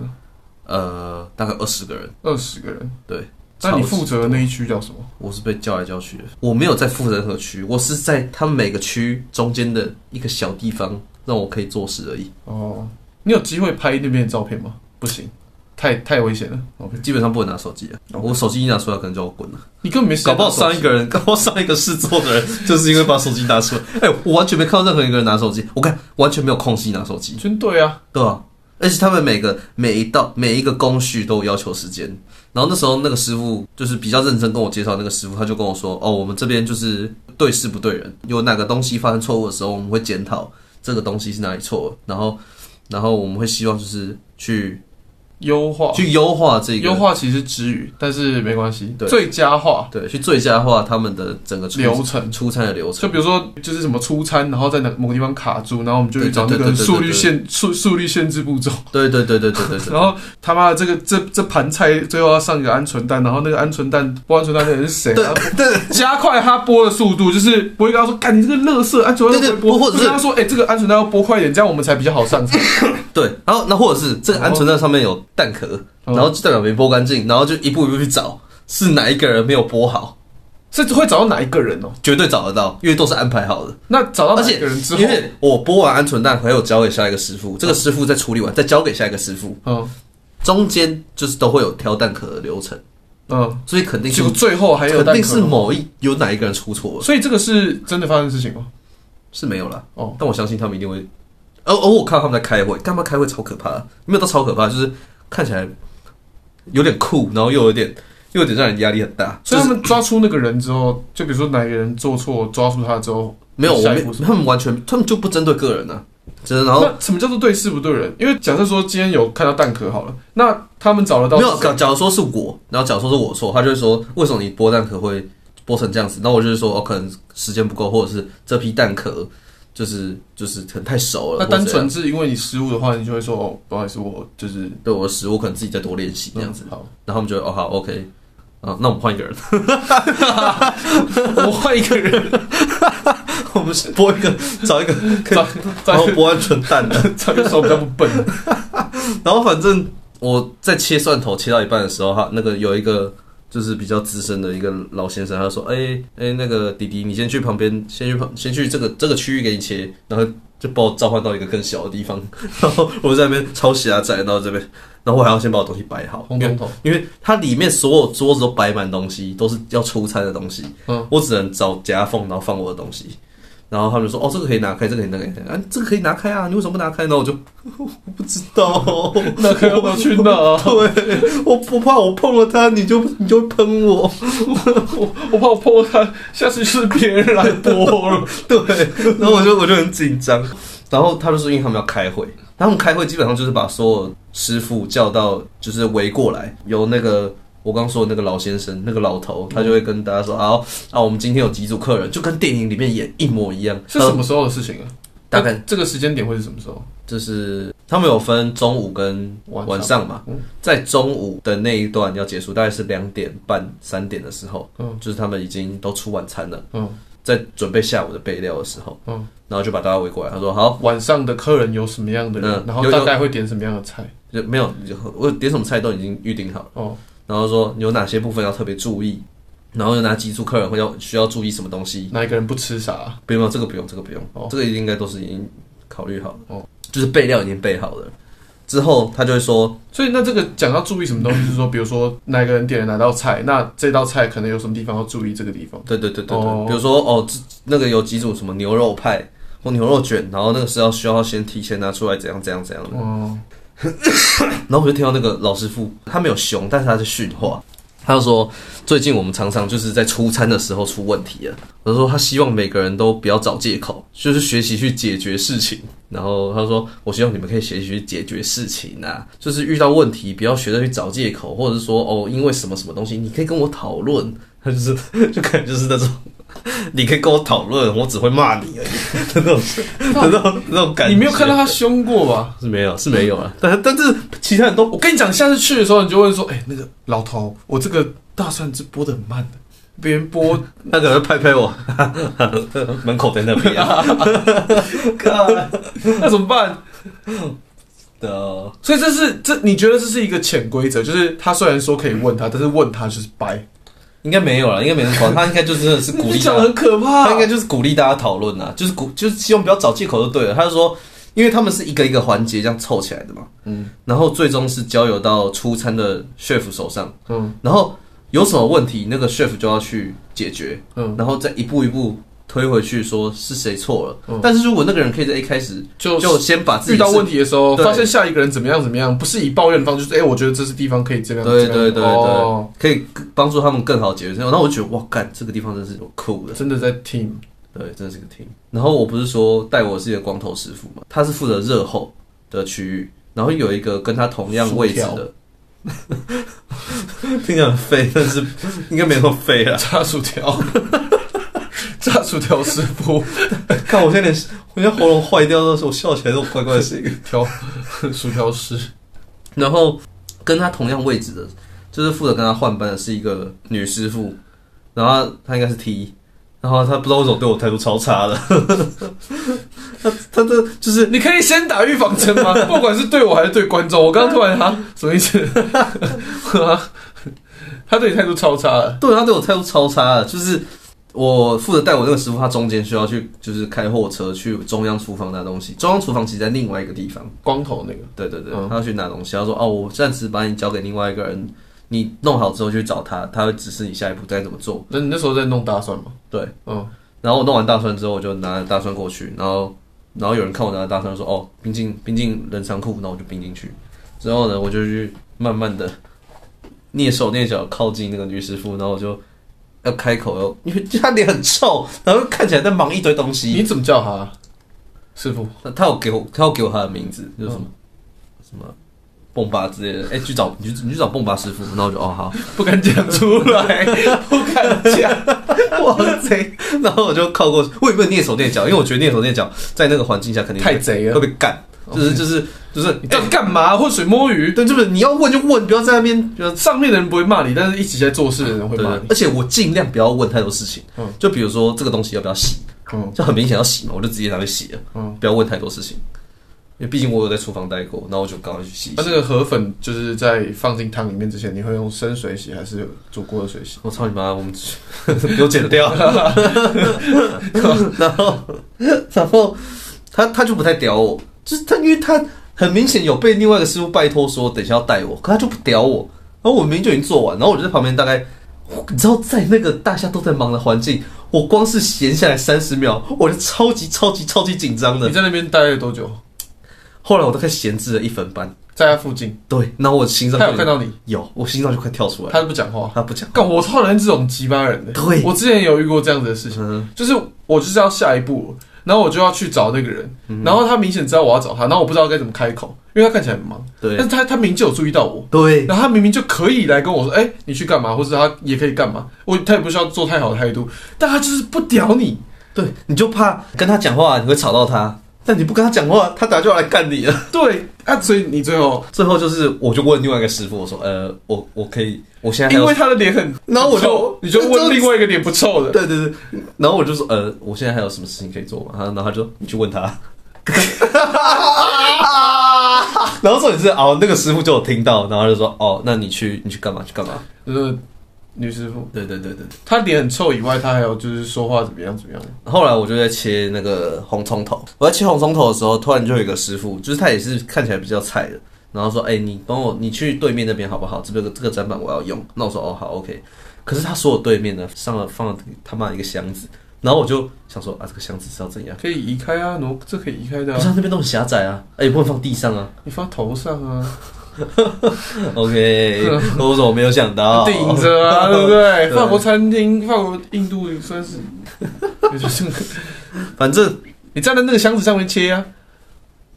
Speaker 2: 呃，大概二十个人，
Speaker 1: 二十个人。
Speaker 2: 对。
Speaker 1: 那你
Speaker 2: 超
Speaker 1: 负责的那一区叫什么？
Speaker 2: 我是被叫来叫去的，我没有在负责任何区，我是在他们每个区中间的一个小地方，让我可以做事而已，
Speaker 1: 哦，你有机会拍那边的照片吗？不行，太太危险了。OK，
Speaker 2: 基本上不能拿手机啊。我手机一拿出来，可能叫我滚了。
Speaker 1: 你哦根本没时间
Speaker 2: 搞不好
Speaker 1: 拿手机
Speaker 2: 上一个人， 搞不好上一个试做的人，就是因为把手机拿出来。哎、我完全没看到任何一个人拿手机，我看完全没有空隙拿手机，
Speaker 1: 军队啊，
Speaker 2: 对吧、而且他们每个每一道每一个工序都有要求时间。然后那时候那个师傅就是比较认真跟我介绍，那个师傅他就跟我说：“哦，我们这边就是对事不对人，有哪个东西发生错误的时候，我们会检讨这个东西是哪里错了，然后然后我们会希望就是去
Speaker 1: 优化，
Speaker 2: 去优化这
Speaker 1: 优
Speaker 2: 个，
Speaker 1: 化其实之语，但是没关系，
Speaker 2: 对
Speaker 1: 最佳化
Speaker 2: 对，去最佳化他们的整个出
Speaker 1: 流程。
Speaker 2: 出餐的流
Speaker 1: 就
Speaker 2: 程。
Speaker 1: 比如说，就是什么出餐，然后在哪某个地方卡住，然后我们就去
Speaker 2: 对对
Speaker 1: 找那
Speaker 2: 对
Speaker 1: 个
Speaker 2: 对对
Speaker 1: 速
Speaker 2: 对
Speaker 1: 率
Speaker 2: 对
Speaker 1: 限速速率限制步骤。
Speaker 2: 对对对对对 对对
Speaker 1: 然后他妈的这个这这盘菜最后要上一个鹌鹑蛋，然后那个鹌鹑蛋剥鹌鹑蛋的人是谁、啊？
Speaker 2: 对
Speaker 1: 加快他剥的速度，就是不会跟他说：“干你这个乐色啊鹌鹑蛋
Speaker 2: 对
Speaker 1: 要
Speaker 2: 对
Speaker 1: 不会剥。”
Speaker 2: 或者是
Speaker 1: 跟他说：“哎、这个鹌鹑蛋要剥快一点，这样我们才比较好上 菜。
Speaker 2: 对，然后那或者是这个鹌鹑蛋上面有蛋壳，
Speaker 1: 哦
Speaker 2: 然后就代表没剥干净，然后就一步一步去找是哪一个人没有剥好。”
Speaker 1: 是会找到哪一个人哦？
Speaker 2: 绝对找得到，因为都是安排好的。
Speaker 1: 那找到
Speaker 2: 而
Speaker 1: 哦哪
Speaker 2: 且
Speaker 1: 一个人之后
Speaker 2: 因，为我剥完鹌鹑蛋，还有交给下一个师傅，这个师傅再处理完，再交给下一个师傅，
Speaker 1: 嗯
Speaker 2: 中间就是都会有挑蛋壳的流程，
Speaker 1: 嗯，
Speaker 2: 所以肯定是
Speaker 1: 结果最后还有
Speaker 2: 肯
Speaker 1: 蛋
Speaker 2: 定
Speaker 1: 壳
Speaker 2: 是某一有哪一个人出错了，
Speaker 1: 所以这个是真的发生的事情吗？
Speaker 2: 是没有啦。
Speaker 1: 哦
Speaker 2: 但我相信他们一定会。哦哦，我看到他们在开会，干嘛开会超可怕的，没有到超可怕，就是看起来有点酷，然后又有点又有点让人压力很大。
Speaker 1: 所以
Speaker 2: 就
Speaker 1: 他
Speaker 2: 是
Speaker 1: 们抓出那个人之后，就比如说哪一个人做错，抓住他之后，
Speaker 2: 没有，我
Speaker 1: 下一
Speaker 2: 没
Speaker 1: 步是什么
Speaker 2: 他们完全，他们就不针对个人啊，真的，然后
Speaker 1: 那什么叫做对事不对人？因为假设说今天有看到蛋壳好了，那他们找得到
Speaker 2: 没有，假假如说是我，然后假如说是我错，他就会说为什么你剥蛋壳会剥成这样子？那我就是说，哦，可能时间不够，或者是这批蛋壳就是就是可能太熟了，
Speaker 1: 那
Speaker 2: 或者
Speaker 1: 单
Speaker 2: 怎样
Speaker 1: 纯是因为你失误的话，你就会说哦，不好意思，我就是
Speaker 2: 对我的食物可能自己再多练习这样子，
Speaker 1: 嗯好，
Speaker 2: 然后他们就会哦好 OK，啊，那我们换一个人，
Speaker 1: 我换一个人，
Speaker 2: 我们是剥一个找一个可以
Speaker 1: 找
Speaker 2: 然
Speaker 1: 找
Speaker 2: 后
Speaker 1: 一个
Speaker 2: 剥完纯蛋的，
Speaker 1: 找一个手比较不笨 的，
Speaker 2: 然后反正我在切蒜头切到一半的时候，哈，那个有一个就是比较资深的一个老先生，他就说：“哎、哎、那个弟弟，你先去旁边，先去旁，先去这个这个区域给你切。”然后就把我召唤到一个更小的地方， 然后我在那边超狭窄，然后这边，然后我还要先把我东西摆好，
Speaker 1: 红彤彤，
Speaker 2: 因为它里面所有桌子都摆满东西，都是要出餐的东西。
Speaker 1: 嗯，
Speaker 2: 我只能找夹缝，然后放我的东西。然后他们就说：“哦，这个可以拿开，这个可以拿开，啊，这个可以拿开啊，你为什么不拿开呢？”我就 我不知道，
Speaker 1: 那可要不要去啊哪？
Speaker 2: 对我不怕我碰了它，你就你就会喷我。
Speaker 1: 我我怕我碰到他，下次就是别人来播 了。
Speaker 2: 对，然后我就我就很紧张。然后他就说，因为他们要开会，他们开会基本上就是把所有师傅叫到，就是围过来，由那个我刚说的那个老先生、那个老头，他就会跟大家说，好，啊，我们今天有几组客人，就跟电影里面演一模一样。
Speaker 1: 是什么时候的事情啊？
Speaker 2: 大概
Speaker 1: 那这个时间点会是什么时候？
Speaker 2: 就是他们有分中午跟
Speaker 1: 晚上
Speaker 2: 晚上嘛
Speaker 1: 嗯，
Speaker 2: 在中午的那一段要结束，大概是两点半、三点的时候，
Speaker 1: 嗯
Speaker 2: 就是他们已经都出晚餐了，
Speaker 1: 嗯
Speaker 2: 在准备下午的备料的时候，
Speaker 1: 嗯，
Speaker 2: 然后就把大家围过来，他说好，
Speaker 1: 哦晚上的客人有什么样的人，
Speaker 2: 嗯
Speaker 1: 然后
Speaker 2: 有有
Speaker 1: 大概会点什么样的菜？
Speaker 2: 就没有就我点什么菜都已经预定好了，
Speaker 1: 哦，
Speaker 2: 然后说有哪些部分要特别注意，然后有哪几组客人会要需要注意什么东西，
Speaker 1: 哪一个人不吃啥？
Speaker 2: 不用，这个不用，这个不用，
Speaker 1: 哦
Speaker 2: 这个应该都是已经考虑好了，
Speaker 1: 哦
Speaker 2: 就是备料已经备好了，之后他就会说。
Speaker 1: 所以那这个讲要注意什么东西，就是说，比如说哪个人点了哪道菜，那这道菜可能有什么地方要注意这个地方。
Speaker 2: 对对对对对，
Speaker 1: 哦
Speaker 2: 比如说哦，这那个有几组什么牛肉派或牛肉卷，然后那个是要需要先提前拿出来怎样怎样怎样的。
Speaker 1: 哦，
Speaker 2: 然后我就听到那个老师傅，他没有凶，但是他在训话。他就说，最近我们常常就是在出餐的时候出问题了。我就说，他希望每个人都不要找借口，就是学习去解决事情。啊然后他说，我希望你们可以学习去解决事情啊，就是遇到问题不要学着去找借口，或者是说哦，因为什么什么东西，你可以跟我讨论。他就是 就感觉就是那种，你可以跟我讨论，我只会骂你而已 的那种的那种那种感
Speaker 1: 哦
Speaker 2: 觉。
Speaker 1: 你没有看到他凶过吧？
Speaker 2: 是没有是没有啊，但但是其他人都
Speaker 1: 我跟你讲，下次去的时候，你就问说：“哎、那个老头，我这个大蒜汁播的很慢的，别人播
Speaker 2: 他可能拍拍我， 门口在那边、啊。
Speaker 1: 那怎么办
Speaker 2: 的？”
Speaker 1: 所以这是这，你觉得这是一个潜规则，就是他虽然说可以问他，但是问他就是掰。
Speaker 2: 应该没有了，应该没人管他，应该就真的是鼓
Speaker 1: 你
Speaker 2: 励
Speaker 1: 讲
Speaker 2: 大
Speaker 1: 的
Speaker 2: 家，
Speaker 1: 很可怕，
Speaker 2: 他应该就是鼓励大家讨论啊，就是鼓就是希望不要找借口就对了。他就说，因为他们是一个一个环节这样凑起来的嘛，
Speaker 1: 嗯
Speaker 2: 然后最终是交由到出餐的 chef 手上，
Speaker 1: 嗯
Speaker 2: 然后有什么问题，那个 chef 就要去解决，
Speaker 1: 嗯，
Speaker 2: 然后再一步一步推回去，说是谁错了。
Speaker 1: 嗯
Speaker 2: 但是如果那个人可以在一开始
Speaker 1: 就
Speaker 2: 就先把自己
Speaker 1: 遇到
Speaker 2: 是
Speaker 1: 问题的时候，
Speaker 2: 对
Speaker 1: 发现下一个人怎么样怎么样，不是以抱怨的方式，就是哎、我觉得这是地方可以这样。
Speaker 2: 对
Speaker 1: 这样
Speaker 2: 对对
Speaker 1: 哦
Speaker 2: 可以帮助他们更好解决这种。然后我就觉得哇，干这个地方真是有酷的，
Speaker 1: 真的在听，
Speaker 2: 对，真的是个 team。然后我不是说带我是一个光头师傅嘛，他是负责热后的区域，然后有一个跟他同样位置的， 听起来很废，但是应该没那么废 啊。
Speaker 1: 炸薯条， 炸薯条师傅
Speaker 2: 看我现在连我现在喉咙坏掉的时候，我笑起来都怪怪的声音。
Speaker 1: 调薯条师，
Speaker 2: 然后跟他同样位置的，就是负责跟他换班的是一个女师傅，然后她她应该是 T，然后她不知道为什么对我态度超差的， 她她的就是
Speaker 1: 你可以先打预防针吗？不管是对我还是对观众，我刚刚突然哈什么意思？ 哈他对你态度超差了，
Speaker 2: 对，他对我态度超差的，就是我负责带我那个师傅，他中间需要去就是开货车去中央厨房拿东西，中央厨房其实在另外一个地方，
Speaker 1: 光头那个，
Speaker 2: 对对对，
Speaker 1: 嗯
Speaker 2: 他要去拿东西，他说哦，我暂时把你交给另外一个人，你弄好之后去找他，他会指示你下一步该怎么做。
Speaker 1: 那你那时候在弄大蒜吗？
Speaker 2: 对，
Speaker 1: 嗯，
Speaker 2: 然后我弄完大蒜之后，我就拿了大蒜过去，然后然后有人看我拿了大蒜说哦，冰进冰进冷藏库，那我就冰进去。之后呢，我就去慢慢的蹑手蹑脚靠近那个女师傅，然后我就要开口，要因为她脸很臭，然后看起来在忙一堆东西。
Speaker 1: 你怎么叫他？师傅，
Speaker 2: 他他有给我，他有给我他的名字，就是什么、什么蹦吧之类的。哎、去找你去你去找蹦吧师傅，然后我就哦好，
Speaker 1: 不敢讲出来，不敢 讲。
Speaker 2: 哇贼！ 然后我就靠过去，我也不能蹑手蹑脚，因为我觉得蹑手蹑脚在那个环境下肯定
Speaker 1: 太贼了
Speaker 2: 会被干。就是就是就是，
Speaker 1: 哦你
Speaker 2: 哎
Speaker 1: 到底干嘛？浑水摸鱼？
Speaker 2: 对，就是你要问就问，不要在那边不要
Speaker 1: 上面的人不会骂你，但是一起在做事的人会
Speaker 2: 对
Speaker 1: 骂你。
Speaker 2: 而且我尽量不要问太多事情，
Speaker 1: 嗯
Speaker 2: 就比如说这个东西要不要洗，
Speaker 1: 嗯
Speaker 2: 就很明显要洗嘛，我就直接拿去洗了，
Speaker 1: 嗯。
Speaker 2: 不要问太多事情，因为毕竟我有在厨房待过，然后我就赶快去洗一
Speaker 1: 那
Speaker 2: 洗。
Speaker 1: 这个河粉就是在放进汤里面之前，你会用生水洗还是有煮过的水洗？
Speaker 2: 我操你妈！我们 有剪掉，然后然后他他就不太屌我，就是他因为他很明显有被另外一个师傅拜托说等一下要带我，可他就不屌我，然后我明明就已经做完，然后我就在旁边大概，你知道在那个大家都在忙的环境，我光是闲下来三十秒，我就超级超级超级紧张
Speaker 1: 你
Speaker 2: 的。
Speaker 1: 在那边待了多久？
Speaker 2: 后来我大概闲置了一分半，
Speaker 1: 在他附近，
Speaker 2: 对，然后我心脏
Speaker 1: 他
Speaker 2: 就
Speaker 1: 有看到你，
Speaker 2: 有，我心脏就快跳出来了，
Speaker 1: 他都不讲话。
Speaker 2: 他不讲，
Speaker 1: 干，我超讨厌这种鸡巴人的。
Speaker 2: 对
Speaker 1: 我之前有遇过这样子的事情，
Speaker 2: 嗯，
Speaker 1: 就是我就是要下一步了，然后我就要去找那个人，
Speaker 2: 嗯
Speaker 1: 然后他明显知道我要找他，然后我不知道该怎么开口，因为他看起来很忙，但
Speaker 2: 对
Speaker 1: 是他他明明就有注意到我。
Speaker 2: 对，
Speaker 1: 然后他明明就可以来跟我说，哎、你去干嘛？或者他也可以干嘛？我他也不需要做太好的态度，但他就是不屌你。
Speaker 2: 对，你就怕跟他讲话你会吵到他，但你不跟他讲话，他打就要来干你了。
Speaker 1: 对啊，所以你最后
Speaker 2: 最后就是，我就问另外一个师傅，我说，呃，我我可以，我现在还
Speaker 1: 因
Speaker 2: 有
Speaker 1: 为，他的脸很，
Speaker 2: 然后我就
Speaker 1: 很臭你就问另外一个脸不臭的，
Speaker 2: 对对对，然后我就说，呃，我现在还有什么事情可以做吗？然后他就你去问 他。然后重点是哦，那个师傅就有听到，然后他就说哦，那你去你去干嘛去干嘛？
Speaker 1: 就是呃女师傅，
Speaker 2: 对对对对。
Speaker 1: 她脸很臭以外，她还有就是说话怎么样怎么样。
Speaker 2: 后来我就在切那个红葱头，我在切红葱头的时候，突然就有一个师傅，就是他也是看起来比较菜的，然后说：“哎、你帮我，你去对面那边好不好？这边有个这个展板我要用。”那我说：“哦，好，OK。”可是他说我对面呢上了放了他妈一个箱子，然后我就想说啊，这个箱子是要怎样？
Speaker 1: 可以移开啊，挪这可以移开的、
Speaker 2: 不是
Speaker 1: 啊，
Speaker 2: 他那边都很狭窄啊， 哎、也不能放地上啊。
Speaker 1: 你放头上啊，
Speaker 2: OK，我说我没有想到，
Speaker 1: 顶着啊，对不对？
Speaker 2: 哦对
Speaker 1: 法国餐厅，法国、印度也算 是，就是
Speaker 2: 反正
Speaker 1: 你站在那个箱子上面切啊，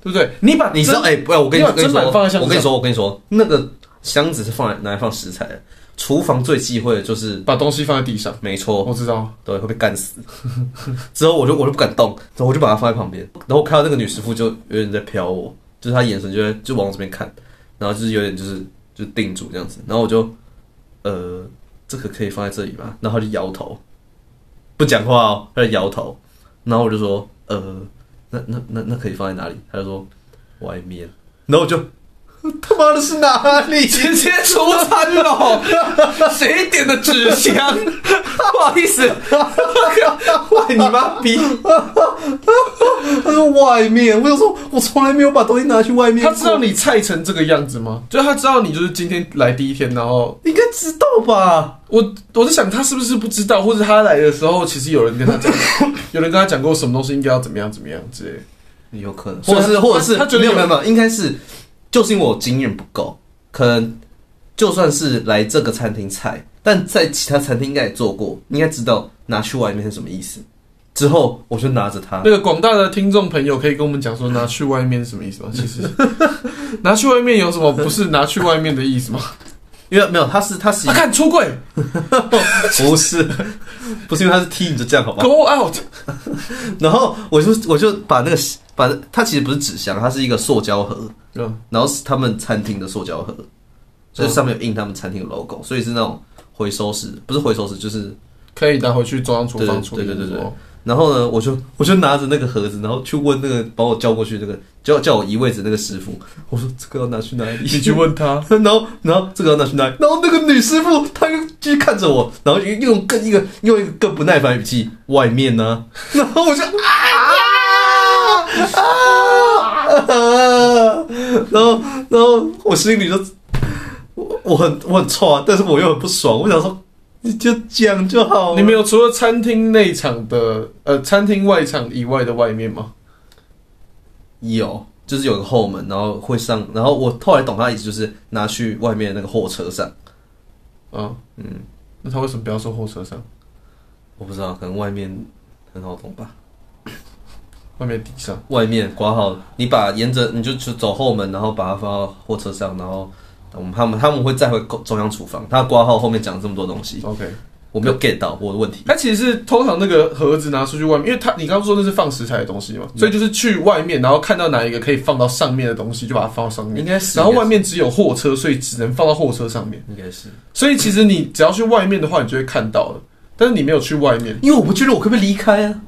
Speaker 1: 对不对？你把
Speaker 2: 你知道，
Speaker 1: 真
Speaker 2: 哎、不要，我跟你
Speaker 1: 你把
Speaker 2: 我跟你
Speaker 1: 砧
Speaker 2: 说，
Speaker 1: 板放在箱子
Speaker 2: 我跟你说，我跟你说，那个箱子是放来拿来放食材的。厨房最忌讳的就是
Speaker 1: 把东西放在地上，
Speaker 2: 没错，
Speaker 1: 我知道，
Speaker 2: 对，会被干死。 之后我就我就不敢动，然后我就把它放在旁边。然后我看到那个女师傅就有点在瞟我，就是她眼神就在就往我这边看，然后就是有点就是就定住这样子。然后我就呃，这个可以放在这里吧？然后她就摇头，不讲话哦，她就摇头。然后我就说呃，那那那那可以放在哪里？她就说外面。然后我就 他妈的是哪里？
Speaker 1: 直接出餐了，谁点的纸 箱？不好意思，
Speaker 2: 哇，你妈逼！他说外面，我就说，我从来没有把东西拿去外面
Speaker 1: 他
Speaker 2: 过。
Speaker 1: 知道你菜成这个样子吗？就是他知道你就是今天来第一天，然后
Speaker 2: 你应该知道吧？
Speaker 1: 我我在想他是不是不知道，或者他来的时候其实有人跟他 讲，有人跟他讲过什么东西应该要怎么样怎么样之类的。
Speaker 2: 有可能，
Speaker 1: 所
Speaker 2: 或
Speaker 1: 以
Speaker 2: 者
Speaker 1: 他
Speaker 2: 是，或者是，
Speaker 1: 他他觉得
Speaker 2: 没有
Speaker 1: 有
Speaker 2: 没有没有，应该是，就是因为我经验不够，可能就算是来这个餐厅菜，但在其他餐厅应该也做过，应该知道拿去外面是什么意思。之后我就拿着它，
Speaker 1: 那个广大的听众朋友可以跟我们讲说，拿去外面是什么意思吗？其实 拿去外面有什么不是拿去外面的意思吗？
Speaker 2: 因为没有，它是 它是一
Speaker 1: 啊，看出柜
Speaker 2: 不是不是因为它是 T，你就这样好吧？
Speaker 1: ，Go out，
Speaker 2: 然后我就我就把那个把它其实不是纸箱，它是一个塑胶盒，
Speaker 1: 嗯，
Speaker 2: 然后是他们餐厅的塑胶盒，就是上面有印他们餐厅的 logo，所以是那种回收式，不是回收式，就是。
Speaker 1: 可以拿回去装到厨房处理。
Speaker 2: 对对对对对然后呢，我就我就拿着那个盒子，然后去问那个把我叫过去那个叫叫我移位置那个师傅，我说这个要拿去哪里？
Speaker 1: 你去问他，
Speaker 2: 然后然后这个要拿去哪里？然后那个女师傅她又继续看着我，然后又用更一个用一个更不耐烦的语气，外面呢、然后我就啊啊啊！然后然后我心里就我我很我很臭啊，但是我又很不爽，我想说你就讲就好了，
Speaker 1: 你们有除了餐厅内场的呃餐厅外场以外的外面吗？
Speaker 2: 有，就是有个后门，然后会上，然后我后来懂他的意思，就是拿去外面那个货车上。
Speaker 1: 啊，
Speaker 2: 嗯，
Speaker 1: 那他为什么不要说货车上？
Speaker 2: 我不知道，可能外面很好懂吧。
Speaker 1: 外面地上，
Speaker 2: 外面挂号，你把沿着你就就走后门，然后把它放到货车上，然后我们他们他们会再回中央厨房。他挂号后面讲这么多东西，
Speaker 1: OK，
Speaker 2: 我没有 get 到我的问题。
Speaker 1: 它其实是通常那个盒子拿出去外面，因为它你刚刚说那是放食材的东西
Speaker 2: 嗯
Speaker 1: 嘛，所以就是去外面，然后看到哪一个可以放到上面的东西，就把它放到上面。
Speaker 2: 应该是嗯
Speaker 1: 然后外面只有货车，所以只能放到货车上面。
Speaker 2: 应该是，
Speaker 1: 所以其实你只要去外面的话，你就会看到了。但是你没有去外面，
Speaker 2: 因为我不确定我可不可以离开啊。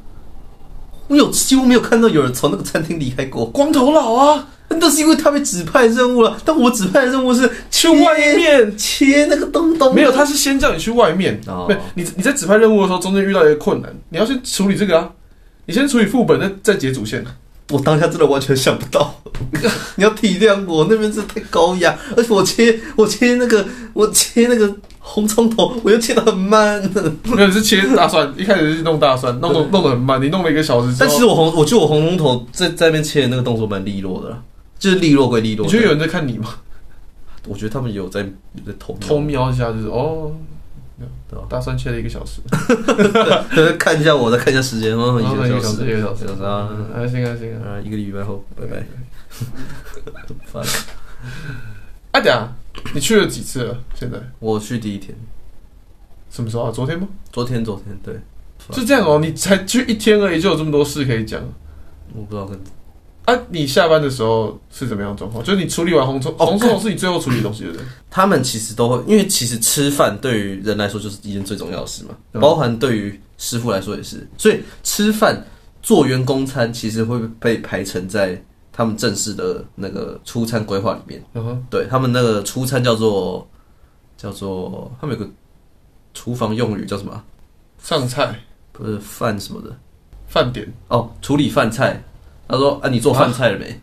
Speaker 2: 我有几乎没有看到有人从那个餐厅离开过，
Speaker 1: 光头佬啊，
Speaker 2: 那是因为他被指派任务了。但我指派的任务是
Speaker 1: 去外面。
Speaker 2: 切那个东东，
Speaker 1: 没有，他是先叫你去外面。
Speaker 2: 哦
Speaker 1: 对，你你在指派任务的时候，中间遇到一个困难，你要先处理这个啊。你先处理副本，再再解主线。
Speaker 2: 我当下真的完全想不到， 你要体谅我，那边真的太高压，而且我切我切那个我切那个红葱头，我又切得很慢。
Speaker 1: 没有是切大蒜， 一开始是弄大蒜，弄弄弄得很慢，你弄了一个小时之
Speaker 2: 但其
Speaker 1: 后
Speaker 2: 实，我红，我觉得我红葱头在在那边切的那个动作蛮利落的啦，就是利落归利落。
Speaker 1: 你觉得有人在看你吗？
Speaker 2: 但我觉得他们有在有在偷瞄
Speaker 1: 偷，瞄一下就是哦
Speaker 2: 嗯对啊，
Speaker 1: 大蒜切了一个小时，
Speaker 2: 对 看一下我，再看一下时间，嗯，
Speaker 1: 然后
Speaker 2: 一
Speaker 1: 一
Speaker 2: 个
Speaker 1: 个
Speaker 2: 小
Speaker 1: 小时，
Speaker 2: 时，
Speaker 1: 一个小时，
Speaker 2: 一个小时啊
Speaker 1: 嗯啊，行啊行啊。
Speaker 2: 啊，一个礼拜后，拜拜。Fuck
Speaker 1: 啊，等一下你去了几次了？现在
Speaker 2: 我去第一天，
Speaker 1: 什么时候啊？昨天吗？
Speaker 2: 昨天昨天对，
Speaker 1: 是这样哦，你才去一天而已，就有这么多事可以讲
Speaker 2: 我不知道跟
Speaker 1: 啊！你下班的时候是怎么样的状况？就是你处理完红葱，
Speaker 2: 哦
Speaker 1: 红葱头是你最后处理的东西，对不对？
Speaker 2: 他们其实都会，因为其实吃饭对于人来说就是一件最重要的事嘛，
Speaker 1: 嗯
Speaker 2: 包含对于师傅来说也是。所以吃饭做员工餐其实会被排成在他们正式的那个出餐规划里面。
Speaker 1: 然后
Speaker 2: 对他们那个出餐叫做叫做他们有个厨房用语叫什么啊？
Speaker 1: 上菜、
Speaker 2: 不是饭什么的
Speaker 1: 饭点，
Speaker 2: 哦，处理饭菜。他说啊，你做饭菜了没？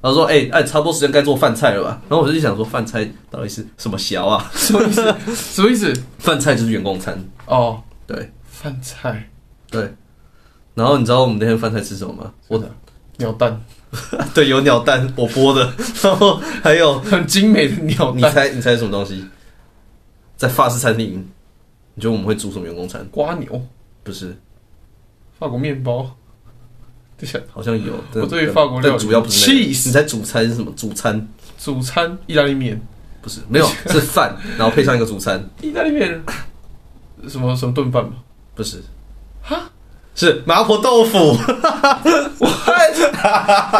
Speaker 2: 他说：“哎、哎、差不多时间该做饭菜了吧？”然后我就想说，饭菜到底是什么小啊？
Speaker 1: 什么意思？什么意思？
Speaker 2: 饭菜就是员工餐，
Speaker 1: 哦，
Speaker 2: 对
Speaker 1: 饭菜，
Speaker 2: 对。然后你知道我们那天饭菜吃什么 吗？我
Speaker 1: 的鸟蛋，
Speaker 2: 对有鸟蛋，我剥的， 然后还有
Speaker 1: 很精美的鸟
Speaker 2: 你
Speaker 1: 蛋，
Speaker 2: 猜你猜什么东西？在法式餐厅，你觉得我们会煮什么员工餐？
Speaker 1: 瓜牛、
Speaker 2: 不是，
Speaker 1: 法国面包，这些
Speaker 2: 好像有。但
Speaker 1: 我对于法国料
Speaker 2: 但
Speaker 1: 理
Speaker 2: 主要不是、那个。
Speaker 1: cheese
Speaker 2: 你猜主餐是什么？主餐
Speaker 1: 主餐意大利面，
Speaker 2: 不是 没有是饭，然后配上一个主餐，
Speaker 1: 意大利面什么什么炖饭嘛？
Speaker 2: 不是是麻婆豆腐。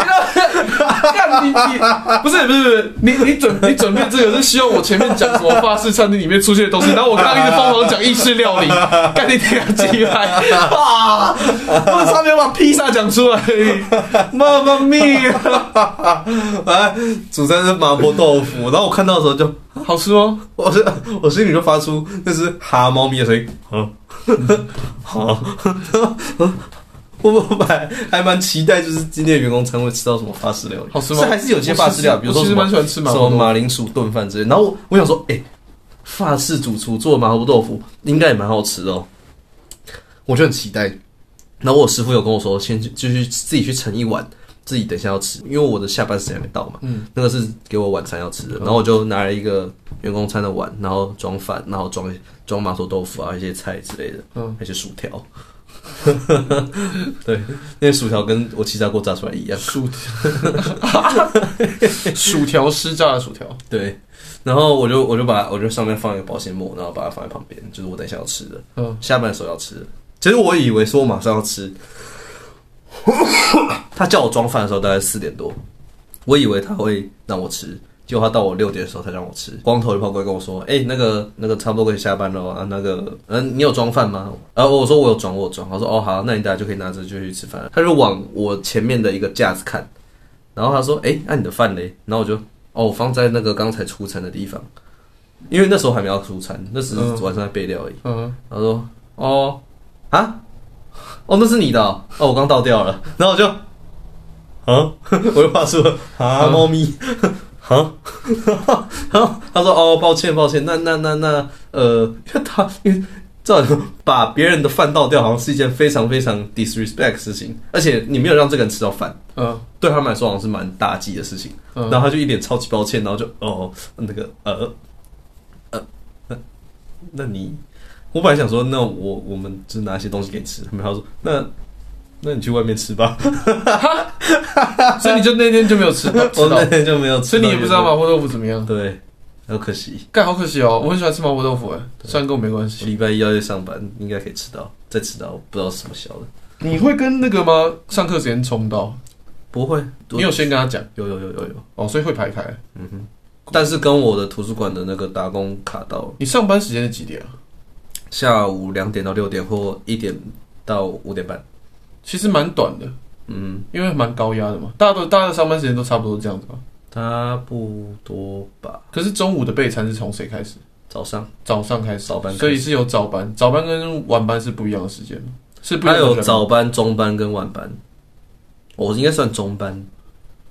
Speaker 1: 干你你不是不是不是你你准你准备这个是希望我前面讲什么法式餐厅里面出现的东西，然后我刚刚一直疯狂讲意式料理，干你点鸡排啊！我差点把披萨讲出来，妈妈咪，
Speaker 2: 啊，主餐是麻婆豆腐，然后我看到的时候就，
Speaker 1: 好吃吗？
Speaker 2: 我是我心里就发出那是哈猫咪的声音，啊， 好， 我我还还蛮期待，就是今天的员工餐会吃到什么法式料理，
Speaker 1: 好吃吗
Speaker 2: 是还是有些法式料理，比如
Speaker 1: 我其
Speaker 2: 说什
Speaker 1: 实
Speaker 2: 么
Speaker 1: 蛮喜欢吃麻
Speaker 2: 什
Speaker 1: 婆
Speaker 2: 么
Speaker 1: 豆腐
Speaker 2: 马铃薯炖饭之类的。然后我我想说，哎、法式主厨做的麻婆豆腐应该也蛮好吃的哦，我就很期待。然后我师傅有跟我说，先去就去自己去盛一碗，自己等一下要吃，因为我的下班时间还没到嘛。
Speaker 1: 嗯，
Speaker 2: 那个是给我晚餐要吃的，然后我就拿了一个员工餐的碗，然后装饭，然后装装麻婆豆腐啊，一些菜之类的，
Speaker 1: 嗯，
Speaker 2: 一些薯条。 对，那些薯条跟我气炸锅炸出来一样。
Speaker 1: 薯条，薯条湿炸的薯条，
Speaker 2: 对，然后我就我就把我就上面放一个保鲜膜，然后把它放在旁边，就是我等一下要吃的，
Speaker 1: 嗯，
Speaker 2: 下班的时候要吃的。其实我以为说我马上要吃， 他叫我装饭的时候大概四点多，我以为他会让我吃，结果他到我六点的时候才让我吃。光头就跑过来跟我说：“哎、那个那个差不多可以下班了啊，那个嗯、呃你有装饭吗？”啊，我说我有装，我有装。他说：“哦，好，那你等下就可以拿着就去吃饭。”他就往我前面的一个架子看，然后他说：“哎、那、你的饭嘞？”然后我就哦，我放在那个刚才出餐的地方，因为那时候还没要出餐，那时
Speaker 1: 嗯
Speaker 2: 晚上在备料而已。
Speaker 1: 嗯，
Speaker 2: 他说：“哦，啊，哦，那是你的哦，哦我刚倒掉了。”然后我就，啊，我就发出了啊，猫咪，啊，然后他说：“哦，抱歉，抱歉，那那那那，呃，因为他因为照理说把别人的饭倒掉，好像是一件非常非常 disrespect 的事情，而且你没有让这个人吃到饭。”
Speaker 1: 嗯，
Speaker 2: 对他们来说好像是蛮大忌的事情，
Speaker 1: 嗯
Speaker 2: 然后他就一脸超级抱歉，然后就哦那个呃呃那那你，我本来想说那我我们就拿一些东西给你吃，他们他说那那你去外面吃 吧。
Speaker 1: 所以你就那天就没有吃到，吃
Speaker 2: 我
Speaker 1: 到
Speaker 2: 哦那，天就没有吃，
Speaker 1: 所以你也不知道？麻婆豆腐怎么样。
Speaker 2: 对，好可惜。
Speaker 1: 干，好可惜哦，我很喜欢吃麻婆豆腐，哎，虽然跟我没关系。
Speaker 2: 礼拜一要去上班，应该可以吃到，再吃到不知道是什么小的。
Speaker 1: 你会跟那个吗？上课时间冲到，
Speaker 2: 不会，
Speaker 1: 你有先跟他讲
Speaker 2: 有有有有有，
Speaker 1: 哦，所以会排开。
Speaker 2: 但是跟我的图书馆的那个打工卡到了，
Speaker 1: 你上班时间是几点啊？
Speaker 2: 下午两点到六点或一点到五点半。
Speaker 1: 其实蛮短的，
Speaker 2: 嗯，
Speaker 1: 因为蛮高压的嘛，大家都大家的上班时间都差不多这样子吧。
Speaker 2: 差不多吧。
Speaker 1: 可是中午的备餐是从谁开始？
Speaker 2: 早上
Speaker 1: 早上开始，
Speaker 2: 早班开始
Speaker 1: 所以是有早班，早班跟晚班是不一样的时间吗，是不一
Speaker 2: 还
Speaker 1: 样的
Speaker 2: 有
Speaker 1: 人
Speaker 2: 早班、中班跟晚班，哦我应该算中班。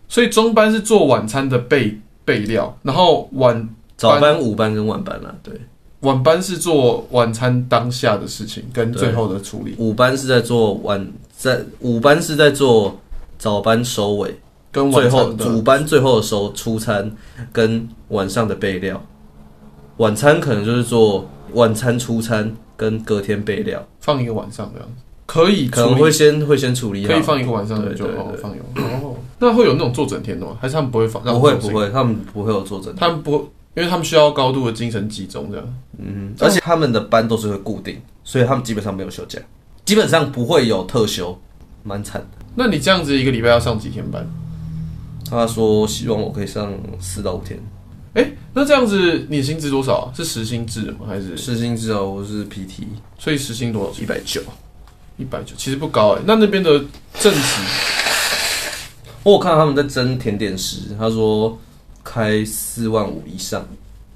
Speaker 1: 所以中班是做晚餐的备备料，然后晚
Speaker 2: 早班、午班跟晚班啦、对，
Speaker 1: 晚班是做晚餐当下的事情跟
Speaker 2: 对
Speaker 1: 最后的处理，
Speaker 2: 午班是在做晚，在午班是在做早班收尾，
Speaker 1: 跟晚
Speaker 2: 最后
Speaker 1: 餐
Speaker 2: 午
Speaker 1: 的
Speaker 2: 班最后的收出餐跟晚上的备料。晚餐可能就是做晚餐出餐跟隔天备料，
Speaker 1: 放一个晚上这样子，可以
Speaker 2: 可
Speaker 1: 处
Speaker 2: 能
Speaker 1: 理，
Speaker 2: 会先会先处理好，
Speaker 1: 可以放一个晚上的
Speaker 2: 对
Speaker 1: 就
Speaker 2: 对
Speaker 1: 好
Speaker 2: 对
Speaker 1: 放一个晚上。哦，那会有那种做整天的吗？还是他们不会放？
Speaker 2: 不哦会
Speaker 1: 让我
Speaker 2: 不
Speaker 1: 做
Speaker 2: 会，他们不会有坐诊
Speaker 1: 整天，，他们不，因为他们需要高度的精神集中这样。
Speaker 2: 嗯，而且他们的班都是会固定，所以他们基本上没有休假，基本上不会有特休，蛮惨的。
Speaker 1: 那你这样子一个礼拜要上几天班？
Speaker 2: 他说希望我可以上四到五天，
Speaker 1: 哎、那这样子你薪资多少啊？是时薪制的吗？还是
Speaker 2: 事情至少我是 PT
Speaker 1: 所以时薪多少钱？
Speaker 2: 一百九，
Speaker 1: 一百九，其实不高哎、那那边的正职
Speaker 2: 我有看到他们在争甜点师，他说开四万五以上，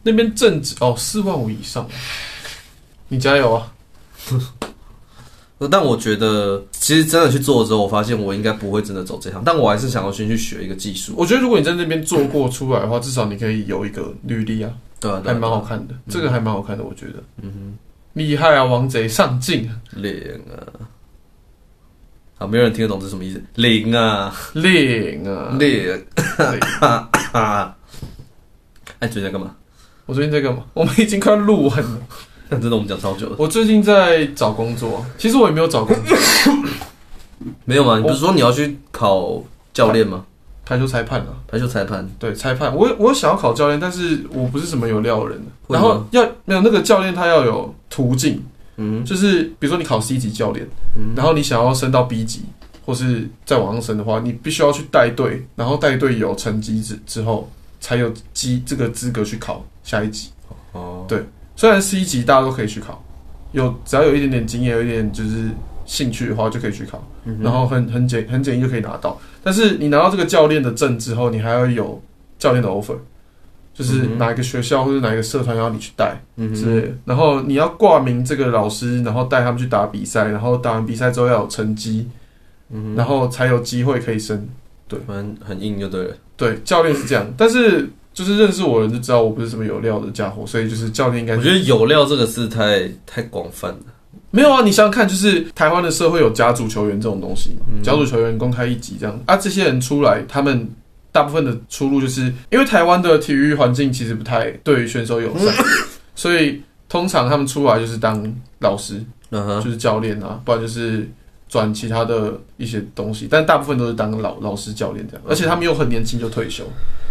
Speaker 1: 那边正职哦，四万五以上，你加油啊！
Speaker 2: 但我觉得其实真的去做之后，我发现我应该不会真的走这行，但我还是想要先去学一个技术。
Speaker 1: 我觉得如果你在那边做过出来的话，至少你可以有一个履历啊，
Speaker 2: 对啊，对
Speaker 1: 还
Speaker 2: 啊
Speaker 1: 蛮好，看的，这个还蛮好看的，我觉得。嗯哼，厉害啊，王贼上进，
Speaker 2: 零啊，好，没有人听得懂这是什么意思，零啊，
Speaker 1: 领啊！
Speaker 2: 零
Speaker 1: 领
Speaker 2: 啊！哎，最近在干嘛？
Speaker 1: 我最近在干嘛？我们已经快录完 了。
Speaker 2: 真的，我们讲超久了。
Speaker 1: 我最近在找工作，啊其实我也没有找工作，
Speaker 2: 没有吗？你不是说你要去考教练吗？
Speaker 1: 排球裁判啊。
Speaker 2: 排球裁判。
Speaker 1: 对，裁判，我我想要考教练，但是我不是什么有料的人。
Speaker 2: 会
Speaker 1: 然
Speaker 2: 吗
Speaker 1: 后要没有那个教练，他要有途径，
Speaker 2: 嗯
Speaker 1: 就是比如说你考 C 级教练，
Speaker 2: 嗯
Speaker 1: 然后你想要升到 B 级，或是再往上升的话，你必须要去带队，然后带队有成绩之之后，才有机这个资格去考下一级。
Speaker 2: 哦
Speaker 1: 对虽然 C 级大家都可以去考，有只要有一点点经验，有一点就是兴趣的话就可以去考，
Speaker 2: 嗯
Speaker 1: 然后很很简很简易就可以拿到。但是你拿到这个教练的证之后，你还要有教练的 offer，就是
Speaker 2: 嗯哼
Speaker 1: 哪一个学校或者哪一个社团要你去带
Speaker 2: 嗯
Speaker 1: 之类的。然后你要挂名这个老师，然后带他们去打比赛，然后打完比赛之后要有成绩，
Speaker 2: 嗯
Speaker 1: 然后才有机会可以升。
Speaker 2: 哼，反正很硬就对了。
Speaker 1: 对，教练是这样，但是。就是认识我的人就知道我不是什么有料的家伙，所以就是教练应该
Speaker 2: 我
Speaker 1: 是
Speaker 2: 觉得有料这个字太太广泛了。
Speaker 1: 没有啊，你想想看，就是台湾的社会有甲组球员这种东西嘛，
Speaker 2: 嗯
Speaker 1: 甲组球员公开一级这样啊，这些人出来，他们大部分的出路就是因为台湾的体育环境其实不太对于选手友善，
Speaker 2: 嗯
Speaker 1: 所以通常他们出来就是当老师，
Speaker 2: 嗯哼，
Speaker 1: 就是教练啊，不然就是转其他的一些东西，但大部分都是当老老师、教练这样，
Speaker 2: 嗯
Speaker 1: 而且他们又很年轻就退休，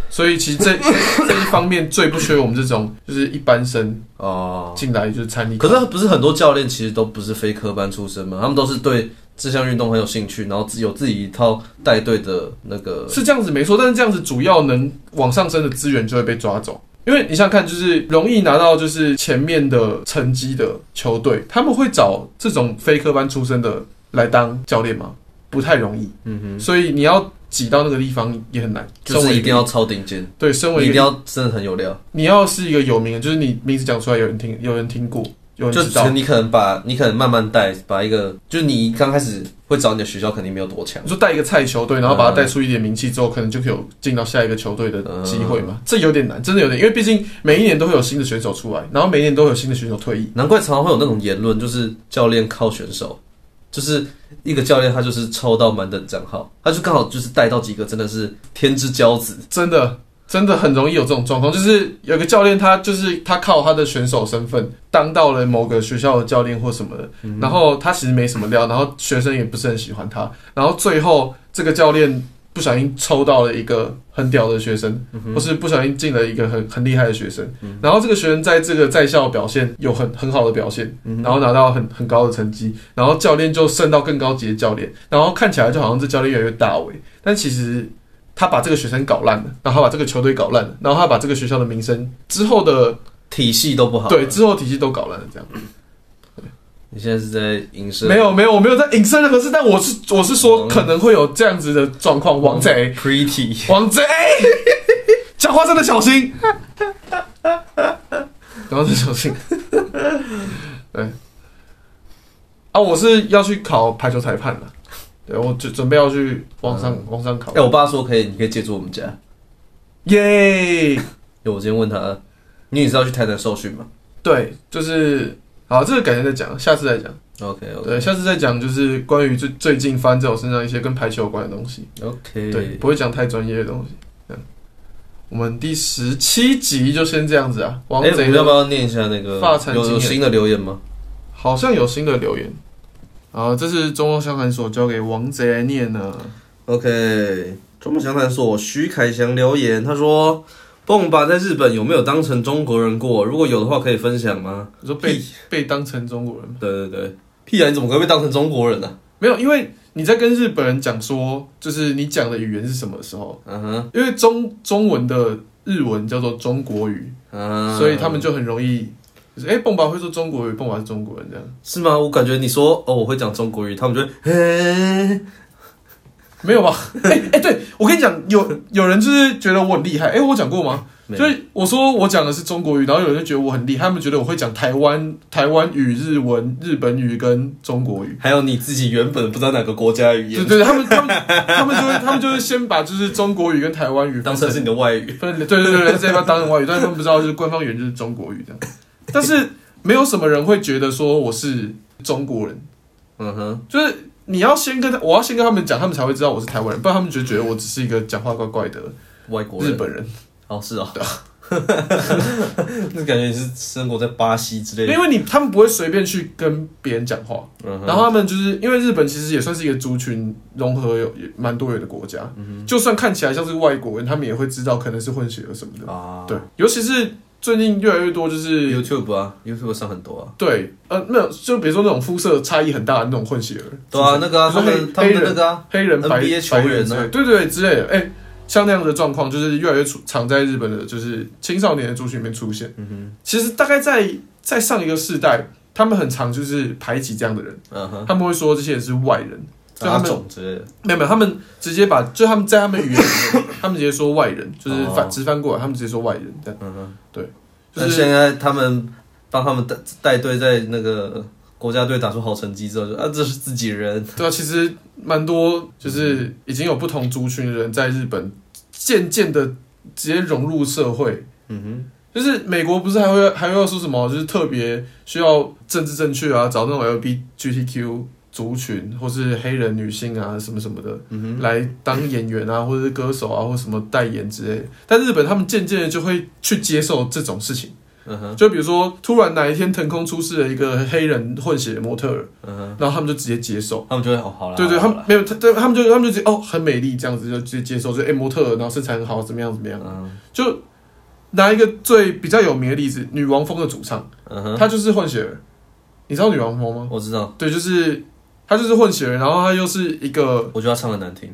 Speaker 1: 所以其实这 这一方面最不缺我们这种就是一般生
Speaker 2: 哦。
Speaker 1: 进来就是参与，
Speaker 2: 可是不是很多教练其实都不是非科班出身吗？他们都是对这项运动很有兴趣，然后自有自己一套带队的那个。
Speaker 1: 是这样子没错，但是这样子主要能往上升的资源就会被抓走。因为你想想看，就是容易拿到就是前面的成绩的球队，他们会找这种非科班出身的来当教练吗？不太容易，
Speaker 2: 嗯哼，
Speaker 1: 所以你要挤到那个地方也很难。
Speaker 2: 就
Speaker 1: 身
Speaker 2: 是
Speaker 1: 为
Speaker 2: 一定
Speaker 1: 个
Speaker 2: 要超顶尖，
Speaker 1: 对，身
Speaker 2: 你
Speaker 1: 为
Speaker 2: 一
Speaker 1: 一
Speaker 2: 定
Speaker 1: 个
Speaker 2: 要真的很有料。
Speaker 1: 你要是一个有名的，就是你名字讲出来有人听，有人听过，有
Speaker 2: 就
Speaker 1: 人知
Speaker 2: 只
Speaker 1: 道
Speaker 2: 是。你可能把你可能慢慢带，把一个就是你刚开始会找你的学校肯定没有多强
Speaker 1: 你，说带一个菜球队，然后把它带出一点名气之后，可能就可以有进到下一个球队的机会嘛？这有点难，真的有点，因为毕竟每一年都会有新的选手出来，然后每一年都会有新的选手退役。
Speaker 2: 难怪常常会有那种言论，就是教练靠选手，就是一个教练他就是抽到满等账号，他就刚好就是带到几个真的是天之骄子，
Speaker 1: 真的，真的很容易有这种状况，就是有个教练，他就是他靠他的选手身份当到了某个学校的教练或什么的，然后他其实没什么料，然后学生也不是很喜欢他，然后最后这个教练不小心抽到了一个很屌的学生，或是不小心进了一个很很厉害的学生，然后这个学生在这个在校表现有很很好的表现，然后拿到很很高的成绩，然后教练就升到更高级的教练，然后看起来就好像这教练越来越大伟，但其实他把这个学生搞烂了，然后他把这个球队搞烂了，然后他把这个学校的名声之后的
Speaker 2: 体系都不好。
Speaker 1: 对，之后体系都搞烂了，这样
Speaker 2: 你现在是在影射
Speaker 1: 没有没有我没有在影射任何事，但我是我是说
Speaker 2: 王
Speaker 1: 可能会有这样子的状况，王
Speaker 2: 嗯
Speaker 1: 贼
Speaker 2: pretty
Speaker 1: 王贼，讲话真的小心，讲话真的小心，对，啊，我是要去考排球裁判了，对我准准备要去往上往上考
Speaker 2: 哎、，我爸说可以，你可以借住我们家。
Speaker 1: 耶、
Speaker 2: 因为我今天问他，你也是要去台南受训嘛
Speaker 1: 对，就是好，这个改天再讲，下次再讲。
Speaker 2: ？OK OK
Speaker 1: 对，下次再讲就是关于最最近发生在我身上一些跟排球有关的东西。
Speaker 2: OK，
Speaker 1: 对，不会讲太专业的东西。嗯，我们第十七集就先这样子啊。王
Speaker 2: 哎、我
Speaker 1: 贼
Speaker 2: 们要不
Speaker 1: 的
Speaker 2: 要念一下那个
Speaker 1: 发财
Speaker 2: 有
Speaker 1: 经
Speaker 2: 有
Speaker 1: 验
Speaker 2: 新的留言吗？
Speaker 1: 好像有新的留言。啊，这是中央相函所交给王贼来念呢。
Speaker 2: OK，中梦详谈所徐凯翔留言，他说：“蹦吧在日本有没有当成中国人过？如果有的话，可以分享吗
Speaker 1: 你说被被当成中国人？”
Speaker 2: 对对对，屁啊！你怎么可以被当成中国人啊呢、
Speaker 1: 没有，因为你在跟日本人讲说，就是你讲的语言是什么的时候，
Speaker 2: 嗯哼，
Speaker 1: 因为中中文的日文叫做中国语，
Speaker 2: 嗯，
Speaker 1: 所以他们就很容易，就是哎、蹦吧会说中国语，蹦吧是中国人这样。
Speaker 2: 是吗？我感觉你说哦，我会讲中国语，他们就会嘿，
Speaker 1: 没 有吧？哎、哎、对我跟你讲，有有人就是觉得我很厉害，哎、我讲过吗？
Speaker 2: 没有
Speaker 1: 就是我说我讲的是中国语，然后有人就觉得我很厉害，他们觉得我会讲台湾台湾语、日文、日本语跟中国语。
Speaker 2: 还有你自己原本不知道哪个国家的语
Speaker 1: 对
Speaker 2: 言，
Speaker 1: 对，对他们他们他们就会他们就会先把就是中国语跟台湾语
Speaker 2: 当
Speaker 1: 分成
Speaker 2: 成是你的外语。
Speaker 1: 分对对对对，这要当成外语，但是他们不知道就是官方语言就是中国语这样，但是没有什么人会觉得说我是中国人，
Speaker 2: 嗯哼，
Speaker 1: 就是你要先跟他，我要先跟他们讲，他们才会知道我是台湾人，不然他们就觉得我只是一个讲话怪怪的
Speaker 2: 外国
Speaker 1: 日
Speaker 2: 人，
Speaker 1: 本人。
Speaker 2: 哦是哦， 那感觉你是生活在巴西之类的。
Speaker 1: 因为你他们不会随便去跟别人讲话，
Speaker 2: 嗯哼，
Speaker 1: 然后他们就是因为日本其实也算是一个族群融合有有蛮多元的国家，就算看起来像是外国人，他们也会知道可能是混血儿什么的。
Speaker 2: 啊，
Speaker 1: 对，尤其是最近越来越多就是
Speaker 2: ，YouTube 啊，YouTube 上很多啊。
Speaker 1: 对，呃，没有，就比如说那种肤色差异很大的那种混血儿，
Speaker 2: 对啊，那个啊，
Speaker 1: 就
Speaker 2: 他
Speaker 1: 是
Speaker 2: 们他
Speaker 1: 黑
Speaker 2: 们的那个啊，
Speaker 1: 黑人、白
Speaker 2: NBA 球
Speaker 1: 白
Speaker 2: 员
Speaker 1: 之
Speaker 2: 啊
Speaker 1: 类，对对对之类的，哎、像那样的状况，就是越来越出常在日本的，就是青少年的族群里面出
Speaker 2: 嗯
Speaker 1: 现。其实大概在在上一个世代，他们很常就是排挤这样的人，
Speaker 2: 嗯哼，
Speaker 1: 他们会说这些人是外人，就他
Speaker 2: 杂
Speaker 1: 们
Speaker 2: 种之类的，
Speaker 1: 没有没有，他们直接把就他们在他们语言里面，他们直接说外人，就是
Speaker 2: 哦
Speaker 1: 反直翻过来，他们直接说外人这样。
Speaker 2: 嗯哼，
Speaker 1: 对，就
Speaker 2: 但
Speaker 1: 是
Speaker 2: 现在他们帮他们带带队在那个国家队打出好成绩之后，就啊，这是自己人，
Speaker 1: 对啊，其实蛮多，就是已经有不同族群的人在日本渐渐的直接融入社会。
Speaker 2: 嗯
Speaker 1: 就是美国不是还会还会说什么，就是特别需要政治正确啊，找那种 LGBTQ 族群或是黑人女性啊什么什么的、来当演员啊，或者是歌手啊，或什么代言之类的。但日本他们渐渐的就会去接受这种事情，
Speaker 2: 哼，嗯哼，
Speaker 1: 就比如说突然哪一天腾空出世了一个黑人混血模特儿，
Speaker 2: 嗯哼，
Speaker 1: 然后他们就直接接受。
Speaker 2: 他们就会哦，好了，
Speaker 1: 对对，他
Speaker 2: 好啦
Speaker 1: 们没有，他对他们就他们就直接哦，很美丽这样子就直接接受，就哎、模特儿，然后身材很好，怎么样怎么样。
Speaker 2: 嗯
Speaker 1: 就拿一个最比较有名的例子，女王峰的主唱，
Speaker 2: 嗯哼，
Speaker 1: 她就是混血儿，你知道女王峰吗？
Speaker 2: 我知道，
Speaker 1: 对，就是她就是混血儿，然后她又是一个，
Speaker 2: 我觉得他唱的难听，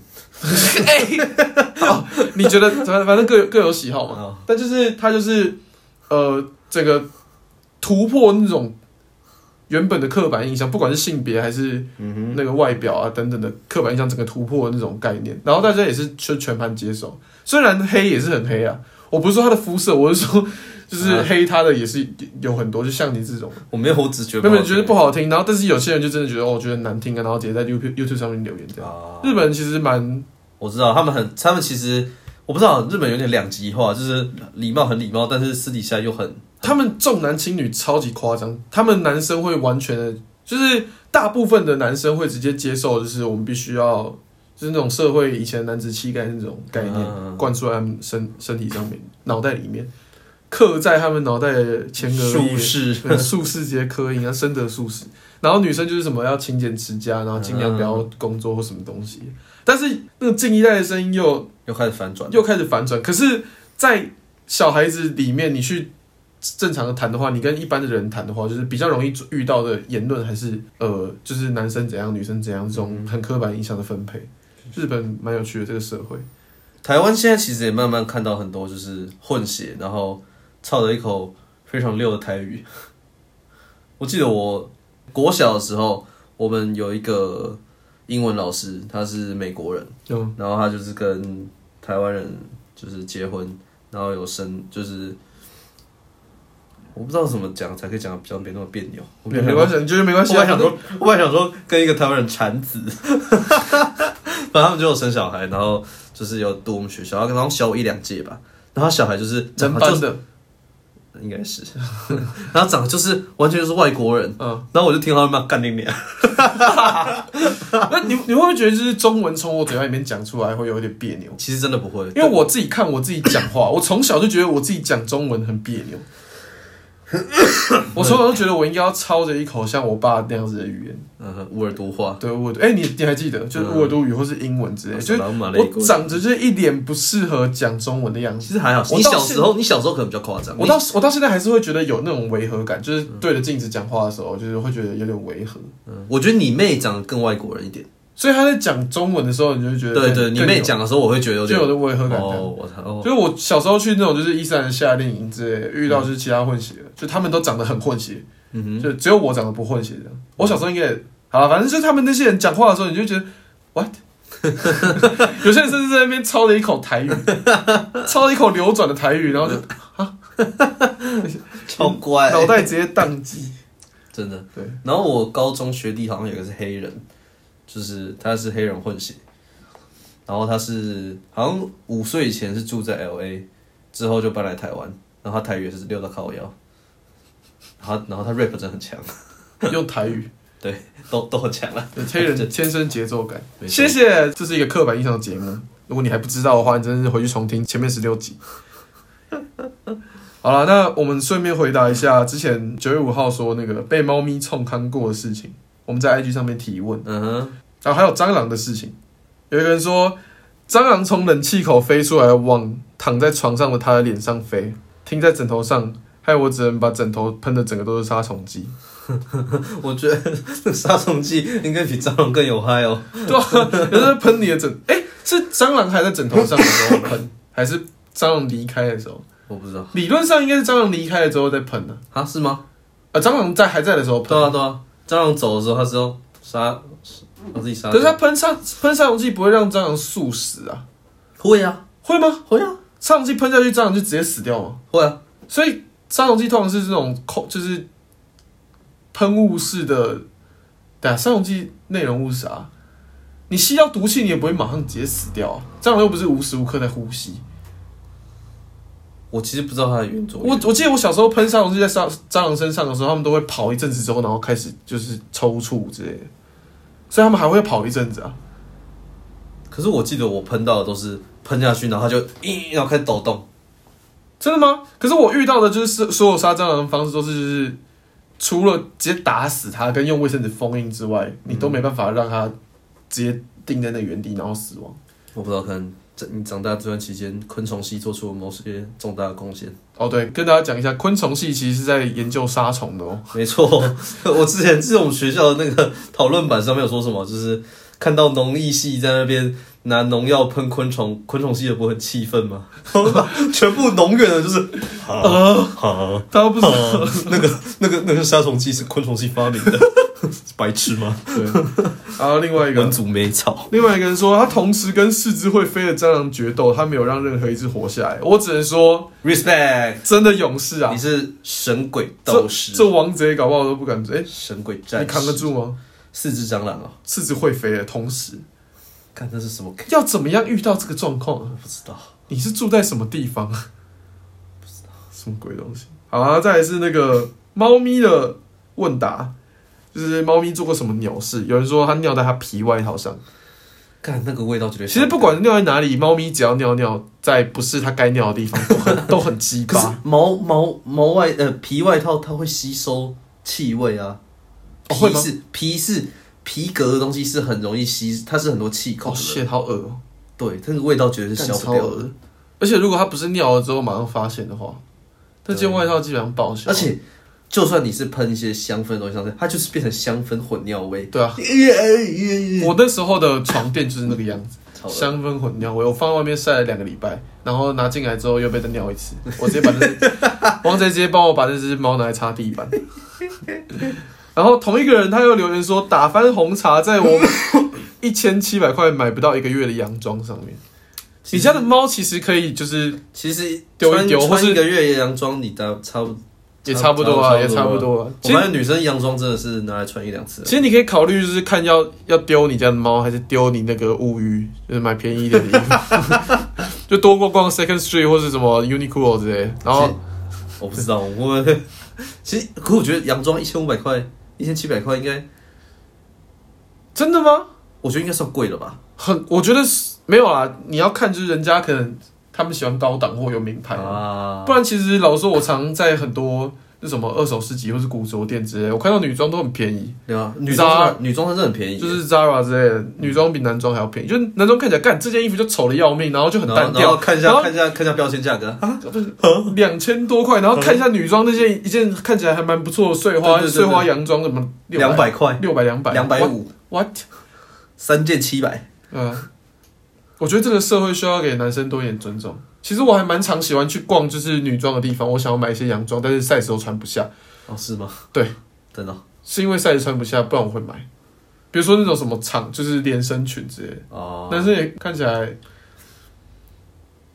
Speaker 1: 你觉得反反正各有各有喜好嘛，
Speaker 2: 啊，
Speaker 1: 但就是她就是呃，整个突破那种原本的刻板印象，不管是性别还是
Speaker 2: 嗯哼，
Speaker 1: 那个外表啊等等的刻板印象整个突破的那种概念，然后大家也是全全盘接受。虽然黑也是很黑啊，我不是说他的肤色，我是说就是
Speaker 2: 啊
Speaker 1: 黑他的也是有很多，就像你这种，
Speaker 2: 我没有，我只觉
Speaker 1: 没
Speaker 2: 得
Speaker 1: 有
Speaker 2: 好
Speaker 1: 人觉得不好听，然后但是有些人就真的觉得哦，我觉得很难听啊，然后直接在 YouTube YouTube 上面留言这样。
Speaker 2: 啊，
Speaker 1: 日本人其实蛮
Speaker 2: 我知道他们很，他们其实我不知道日本有点两极化，就是礼貌很礼貌，但是私底下又很
Speaker 1: 他们重男轻女超级夸张，他们男生会完全的，就是大部分的男生会直接接受，就是我们必须要就是那种社会以前男子气概那种概
Speaker 2: 嗯
Speaker 1: 念灌输在他们身身体上面、脑袋里面，刻在他们脑袋的前额叶
Speaker 2: 术士，
Speaker 1: 对术士直接刻印，然后啊深得术士。然后女生就是什么要勤俭持家，然后啊尽量不
Speaker 2: 嗯
Speaker 1: 要工作或什么东西。但是那个近一代的声音又
Speaker 2: 又开始反转，
Speaker 1: 又开始反转。可是，在小孩子里面，你去正常的谈的话，你跟一般的人谈的话，就是比较容易遇到的言论还是呃，就是男生怎样，女生怎样这种很刻板印象的分配。日本蛮有趣的这个社会，
Speaker 2: 台湾现在其实也慢慢看到很多就是混血，然后操着一口非常溜的台语。我记得我国小的时候，我们有一个英文老师，他是美国人，
Speaker 1: 嗯，
Speaker 2: 然后他就是跟台湾人就是结婚，然后有生就是。我不知道怎么讲才可以讲得比较没那么别扭，我
Speaker 1: 没关系，你觉得没关系
Speaker 2: 我
Speaker 1: 啊
Speaker 2: 本来？想说，我本来想说跟一个台湾人产子， 反正他们就有生小孩，然后就是有读我们学校，然后然后小我一两届吧，然后他小孩就是
Speaker 1: 整
Speaker 2: 长得
Speaker 1: 班的，
Speaker 2: 就应该是， 然后长得就是完全就是外国人，
Speaker 1: 嗯，
Speaker 2: 然后我就听他们骂干你娘，
Speaker 1: 那你你会不会觉得就是中文从我嘴巴里面讲出来会有一点别扭？
Speaker 2: 其实真的不会，
Speaker 1: 因为我自己看我自己讲话，我从小就觉得我自己讲中文很别扭。我从小就觉得我应该要操着一口像我爸那样子的语言，
Speaker 2: 嗯哼，无耳独话，
Speaker 1: 对我哎、你你还记得就是乌尔都语或是英文之类的，就是
Speaker 2: 朗嗯马雷
Speaker 1: 我长着就是一脸不适合讲中文的样子。
Speaker 2: 其实还好，
Speaker 1: 我
Speaker 2: 你
Speaker 1: 到
Speaker 2: 小
Speaker 1: 现
Speaker 2: 时候你小时候可能比较夸张，
Speaker 1: 我到我到现在还是会觉得有那种违和感，就是对着镜子讲话的时候，就是会觉得有点违和。
Speaker 2: 嗯我觉得你妹长得更外国人一点，
Speaker 1: 所以他在讲中文的时候，你就会觉得
Speaker 2: 对
Speaker 1: 更
Speaker 2: 对，你
Speaker 1: 更
Speaker 2: 妹
Speaker 1: 有
Speaker 2: 讲的时候我会觉得有
Speaker 1: 就
Speaker 2: 点
Speaker 1: 有的违和感。
Speaker 2: 哦，我操，哦
Speaker 1: 就是我小时候去那种就是伊斯兰夏令营之类的，遇到就是其他混血的，就他们都长得很混血，
Speaker 2: 嗯哦
Speaker 1: 就只有我长得不混血这样。我小时候应该也好啦，反正就是他们那些人讲话的时候，你就觉得 what？有些人甚至在那边操了一口台语，操了一口流转的台语，然后 就
Speaker 2: 哼，超乖
Speaker 1: 脑袋直接宕机。
Speaker 2: 真的。
Speaker 1: 对，
Speaker 2: 然后我高中学弟好像有个是黑人，就是他是黑人混血，然后他是好像五岁以前是住在 L A，之后就搬来台湾，然后他台语也是溜到靠腰，然后然后他 rap 真的很强，
Speaker 1: 用台语，
Speaker 2: 对，都都很强了。
Speaker 1: 对黑 人天生节奏感。
Speaker 2: 没错
Speaker 1: 谢谢，这是一个刻板印象的节目。如果你还不知道的话，你真的是回去重听前面十六集。 好了，那我们顺便回答一下之前九月五号说那个被猫咪冲康过的事情，我们在 IG 上面提问，
Speaker 2: 嗯哼，
Speaker 1: 然后还有蟑螂的事情。有一个人说，蟑螂从冷气口飞出来，往躺在床上的他的脸上飞，停在枕头上，害我只能把枕头喷的整个都是杀虫剂。
Speaker 2: 我觉得杀虫剂应该比蟑螂更有嗨哦。
Speaker 1: 对 啊，有时候喷你的枕，哎、是蟑螂还在枕头上的时候喷，还是蟑螂离开的时候？
Speaker 2: 我不知道
Speaker 1: 理论上应该是蟑螂离开了之后再喷的、啊，
Speaker 2: 啊，是吗？
Speaker 1: 蟑螂在还在的时候喷
Speaker 2: 对。啊对啊，蟑螂走的时候他是用杀，他自己杀的。
Speaker 1: 可是它喷杀喷杀虫剂不会让蟑螂速死啊？
Speaker 2: 会啊
Speaker 1: 会吗？
Speaker 2: 会啊
Speaker 1: 杀虫剂喷下去，蟑螂就直接死掉吗？
Speaker 2: 会啊，
Speaker 1: 所以杀虫剂通常是这种空，就是喷雾式的。对啊，杀虫剂内容物是啥？你吸到毒气，你也不会马上直接死掉啊。蟑螂又不是无时无刻在呼吸。
Speaker 2: 我其实不知道它的原作。
Speaker 1: 我我记得我小时候喷杀虫剂在蟑蟑螂身上的时候，他们都会跑一阵子之后，然后开始就是抽搐之类的，所以他们还会跑一阵子啊。
Speaker 2: 可是我记得我喷到的都是喷下去，然后它就咦，然后开始抖动。
Speaker 1: 真的吗？可是我遇到的就是所所有杀蟑螂的方式都是就是除了直接打死它跟用卫生纸封印之外，你都没办法让它直接定在那原地然后死亡。
Speaker 2: 我不知道，可能在你长大这段期间，昆虫系做出了某些重大的贡献。
Speaker 1: 哦，对，跟大家讲一下，昆虫系其实是在研究杀虫 的哦。
Speaker 2: 没错，我之前是我们学校的那个讨论板上面有说什么，就是看到农艺系在那边拿农药喷昆虫，昆虫系的不会很气愤吗？ 全部农园的就是啊啊，
Speaker 1: 大家不知道，
Speaker 2: 那个那个那个杀虫剂是昆虫系发明的， 白痴 吗？
Speaker 1: 对。然后另外一个
Speaker 2: 文族没草，
Speaker 1: 另外一个人说，他同时跟四只会飞的蟑螂决斗，他没有让任何一只活下来。我只能说，
Speaker 2: respect。
Speaker 1: 真的勇士啊
Speaker 2: 你！是神鬼斗
Speaker 1: 这
Speaker 2: 士，
Speaker 1: 这王贼搞不好都不敢追。哎、
Speaker 2: 神鬼战士，
Speaker 1: 你扛得住吗？
Speaker 2: 四只蟑螂哦？
Speaker 1: 四只会飞的同时，
Speaker 2: 看这是什么梗？
Speaker 1: 要怎么样遇到这个状况啊？
Speaker 2: 我不知道。
Speaker 1: 你是住在什么地方？不知道什么鬼东西。好啊，再来是那个猫咪的问答，就是猫咪做过什么鸟事？有人说它尿在它皮外套上，
Speaker 2: 看那个味道绝对。
Speaker 1: 其实不，管尿在哪里，猫咪只要尿尿在不是它该尿的地方，都很都很鸡
Speaker 2: 可是
Speaker 1: 巴，
Speaker 2: 毛毛毛外呃皮外套它会吸收气味啊，
Speaker 1: 哦会
Speaker 2: 皮
Speaker 1: 吗
Speaker 2: 是皮是皮革的东西是很容易吸，它是很多气孔
Speaker 1: 哦
Speaker 2: 的，
Speaker 1: shit，好恶哦、
Speaker 2: 对，这个味道绝对是
Speaker 1: 干
Speaker 2: 消
Speaker 1: 超
Speaker 2: 不掉
Speaker 1: 恶
Speaker 2: 的
Speaker 1: 的。。而且如果它不是尿了之后马上发现的话，那件外套基本上报销。
Speaker 2: 而且就算你是喷一些香氛的东西上去，它就是变成香氛混尿味。
Speaker 1: 对啊，我那时候的床垫就是那个样子，
Speaker 2: 超恶
Speaker 1: 香氛混尿味。我放在外面晒了两个礼拜，然后拿进来之后又被它尿一 次。我直接把那只王贼直接帮我把那只猫拿来擦地 板。然后同一个人他又留言说，打翻红茶在我 一千七百块买不到一个月的洋装上面。你家的猫其实可以，就是
Speaker 2: 其实
Speaker 1: 丢一丢
Speaker 2: 穿
Speaker 1: 或是
Speaker 2: 穿一个月洋装，你搭差不多。
Speaker 1: 也差不多啊，也
Speaker 2: 差
Speaker 1: 差
Speaker 2: 不
Speaker 1: 不
Speaker 2: 多
Speaker 1: 多啊。
Speaker 2: 我
Speaker 1: 其实
Speaker 2: 发现女生洋装真的是拿来穿一两次 啊。
Speaker 1: 其实你可以考虑，就是看要要丢你家的猫，还是丢你那个物语，就是买便宜一点的衣服， 就多逛逛 Second Street 或是什么 Uniqlo 之类的。然后
Speaker 2: 我不知道，我们 其实可我觉得洋装一千五百块、一千七百块应该，
Speaker 1: 真的吗？
Speaker 2: 我觉得应该算贵了吧？
Speaker 1: 很，我觉得是没有啊。你要看，就是人家可能他们喜欢高档或有名牌啊。
Speaker 2: 啊
Speaker 1: 不，然其实老实说，我常在很多那什么二手市集或是古着店之类，我看到女装都很便宜，
Speaker 2: 对吧？女装是
Speaker 1: Zara-
Speaker 2: 女装真的很便宜，
Speaker 1: 就是 Zara 之类的，女装比男装还要便宜。就是男装看起来，干这件衣服就丑的要命，然后就很
Speaker 2: 然后
Speaker 1: 单
Speaker 2: 然
Speaker 1: 调
Speaker 2: 后，看一
Speaker 1: 然
Speaker 2: 下
Speaker 1: 后
Speaker 2: 看一下看一下标签价格，
Speaker 1: 两千多块，然后看一下女装那件一件看起来还蛮不错的碎花
Speaker 2: 嗯对对对对
Speaker 1: 碎花洋装，怎么
Speaker 2: 两百块、
Speaker 1: 六百两百
Speaker 2: 两百五，
Speaker 1: what？
Speaker 2: 三件七百。
Speaker 1: 嗯，我觉得这个社会需要给男生多一点尊重。其实我还蛮常喜欢去逛就是女装的地方，我想要买一些洋装，但是 size 都穿不下，
Speaker 2: 哦，是吗？
Speaker 1: 对，
Speaker 2: 真的哦
Speaker 1: 是因为 size 穿不下，不然我会买。比如说那种什么长，就是连身裙之类的，
Speaker 2: 哦。
Speaker 1: 男生也看起来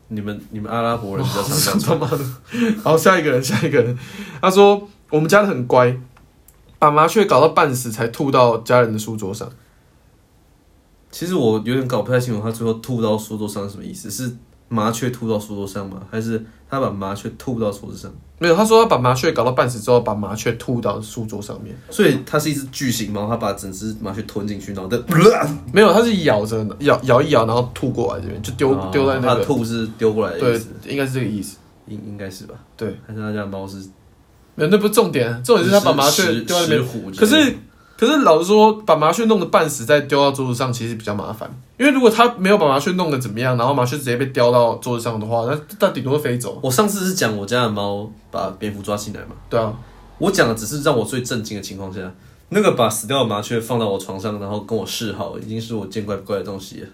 Speaker 2: 你们你们阿拉伯人比较常 这
Speaker 1: 想
Speaker 2: 样
Speaker 1: 他
Speaker 2: 穿，
Speaker 1: 妈的。好，下一个人，下一个人，他说我们家的很乖，把麻雀搞到半死才吐到家人的书桌上。
Speaker 2: 其实我有点搞不太清楚，他最后吐到书桌上是什么意思？是麻雀吐到书桌上吗？还是他把麻雀吐到书桌上？
Speaker 1: 没有，他说他把麻雀搞到半死之后，把麻雀吐到书桌上面。
Speaker 2: 所以它是一只巨型猫，它把整只麻雀吞进去， 然后再
Speaker 1: 没有，他是咬着咬咬一咬，然后吐过来这边，就丢
Speaker 2: 哦
Speaker 1: 丢在那
Speaker 2: 它
Speaker 1: 个。
Speaker 2: 吐是丢过来的意
Speaker 1: 对
Speaker 2: 思，，
Speaker 1: 应该是这个意思。
Speaker 2: 应应该是吧？
Speaker 1: 对，
Speaker 2: 还是他家的猫是？
Speaker 1: 没有，那不是重点，重点是他把麻雀
Speaker 2: 石
Speaker 1: 丢在那边
Speaker 2: 石。虎之
Speaker 1: 可
Speaker 2: 类的，
Speaker 1: 是可是老实说，把麻雀弄得半死再丢到桌子上，其实比较麻烦。因为如果他没有把麻雀弄得怎么样，然后麻雀直接被叼到桌子上的话，那 那顶多会飞走。
Speaker 2: 我上次是讲我家的猫把蝙蝠抓进来嘛，
Speaker 1: 对啊，
Speaker 2: 我讲的只是让我最震惊的情况下，那个把死掉的麻雀放到我床上，然后跟我示好，已经是我见怪不怪的东西了。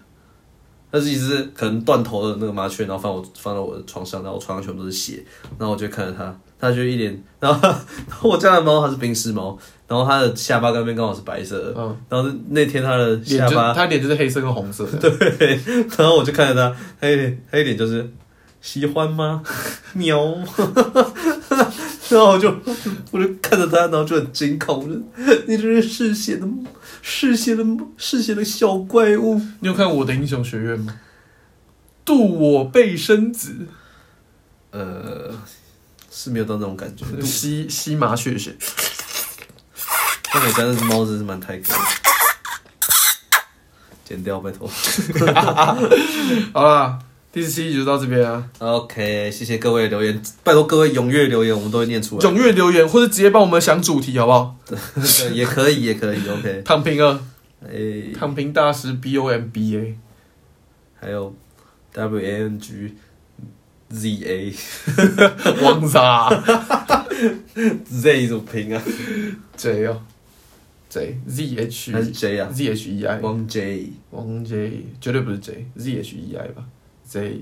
Speaker 2: 它是一只可能断头的那个麻雀，然后放我放到我的床上，然后我床上全部都是血，然后我就看着它，它就一脸，然后它然后我家的猫它是冰室猫，然后它的下巴那边刚好是白色的，
Speaker 1: 嗯
Speaker 2: 然后那天它的
Speaker 1: 脸
Speaker 2: 下
Speaker 1: 就
Speaker 2: 巴，
Speaker 1: 他脸就是黑色跟红色的。
Speaker 2: 对，然后我就看着它，它一脸它一脸就是喜欢吗？ 喵，然后我就我就看着它，然后就很惊恐，我就你这是嗜血的嗜血的嗜血的小怪物。
Speaker 1: 你有看《我的英雄学院》 吗？渡我背生子，
Speaker 2: 呃，是没有到那种感觉。
Speaker 1: 吸吸麻雀血。
Speaker 2: 但我家那只猫真是蛮太可爱的，剪掉拜托。
Speaker 1: 好啦，第十七集就到这边啊。
Speaker 2: OK，谢谢各位留言，拜托各位踊跃留言，我们都会念出来。
Speaker 1: 踊跃留言，或者直接帮我们想主题好不好？
Speaker 2: 对也可以，也可以。OK，哎
Speaker 1: 躺平二，
Speaker 2: 诶、
Speaker 1: 躺平大师 B O M B A。
Speaker 2: 还有 W A N G Z A
Speaker 1: 王 炸
Speaker 2: Z 怎么拼啊？
Speaker 1: J 哦，J Z H
Speaker 2: 还是 J 啊？
Speaker 1: Z H E I
Speaker 2: 汪 J
Speaker 1: 王 J 绝对不是 J Z H E I 吧？J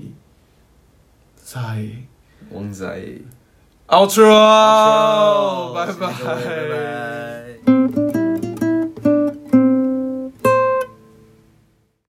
Speaker 1: 在
Speaker 2: 汪仔，
Speaker 1: outro，拜
Speaker 2: 谢谢各位拜
Speaker 1: 拜。
Speaker 2: 拜。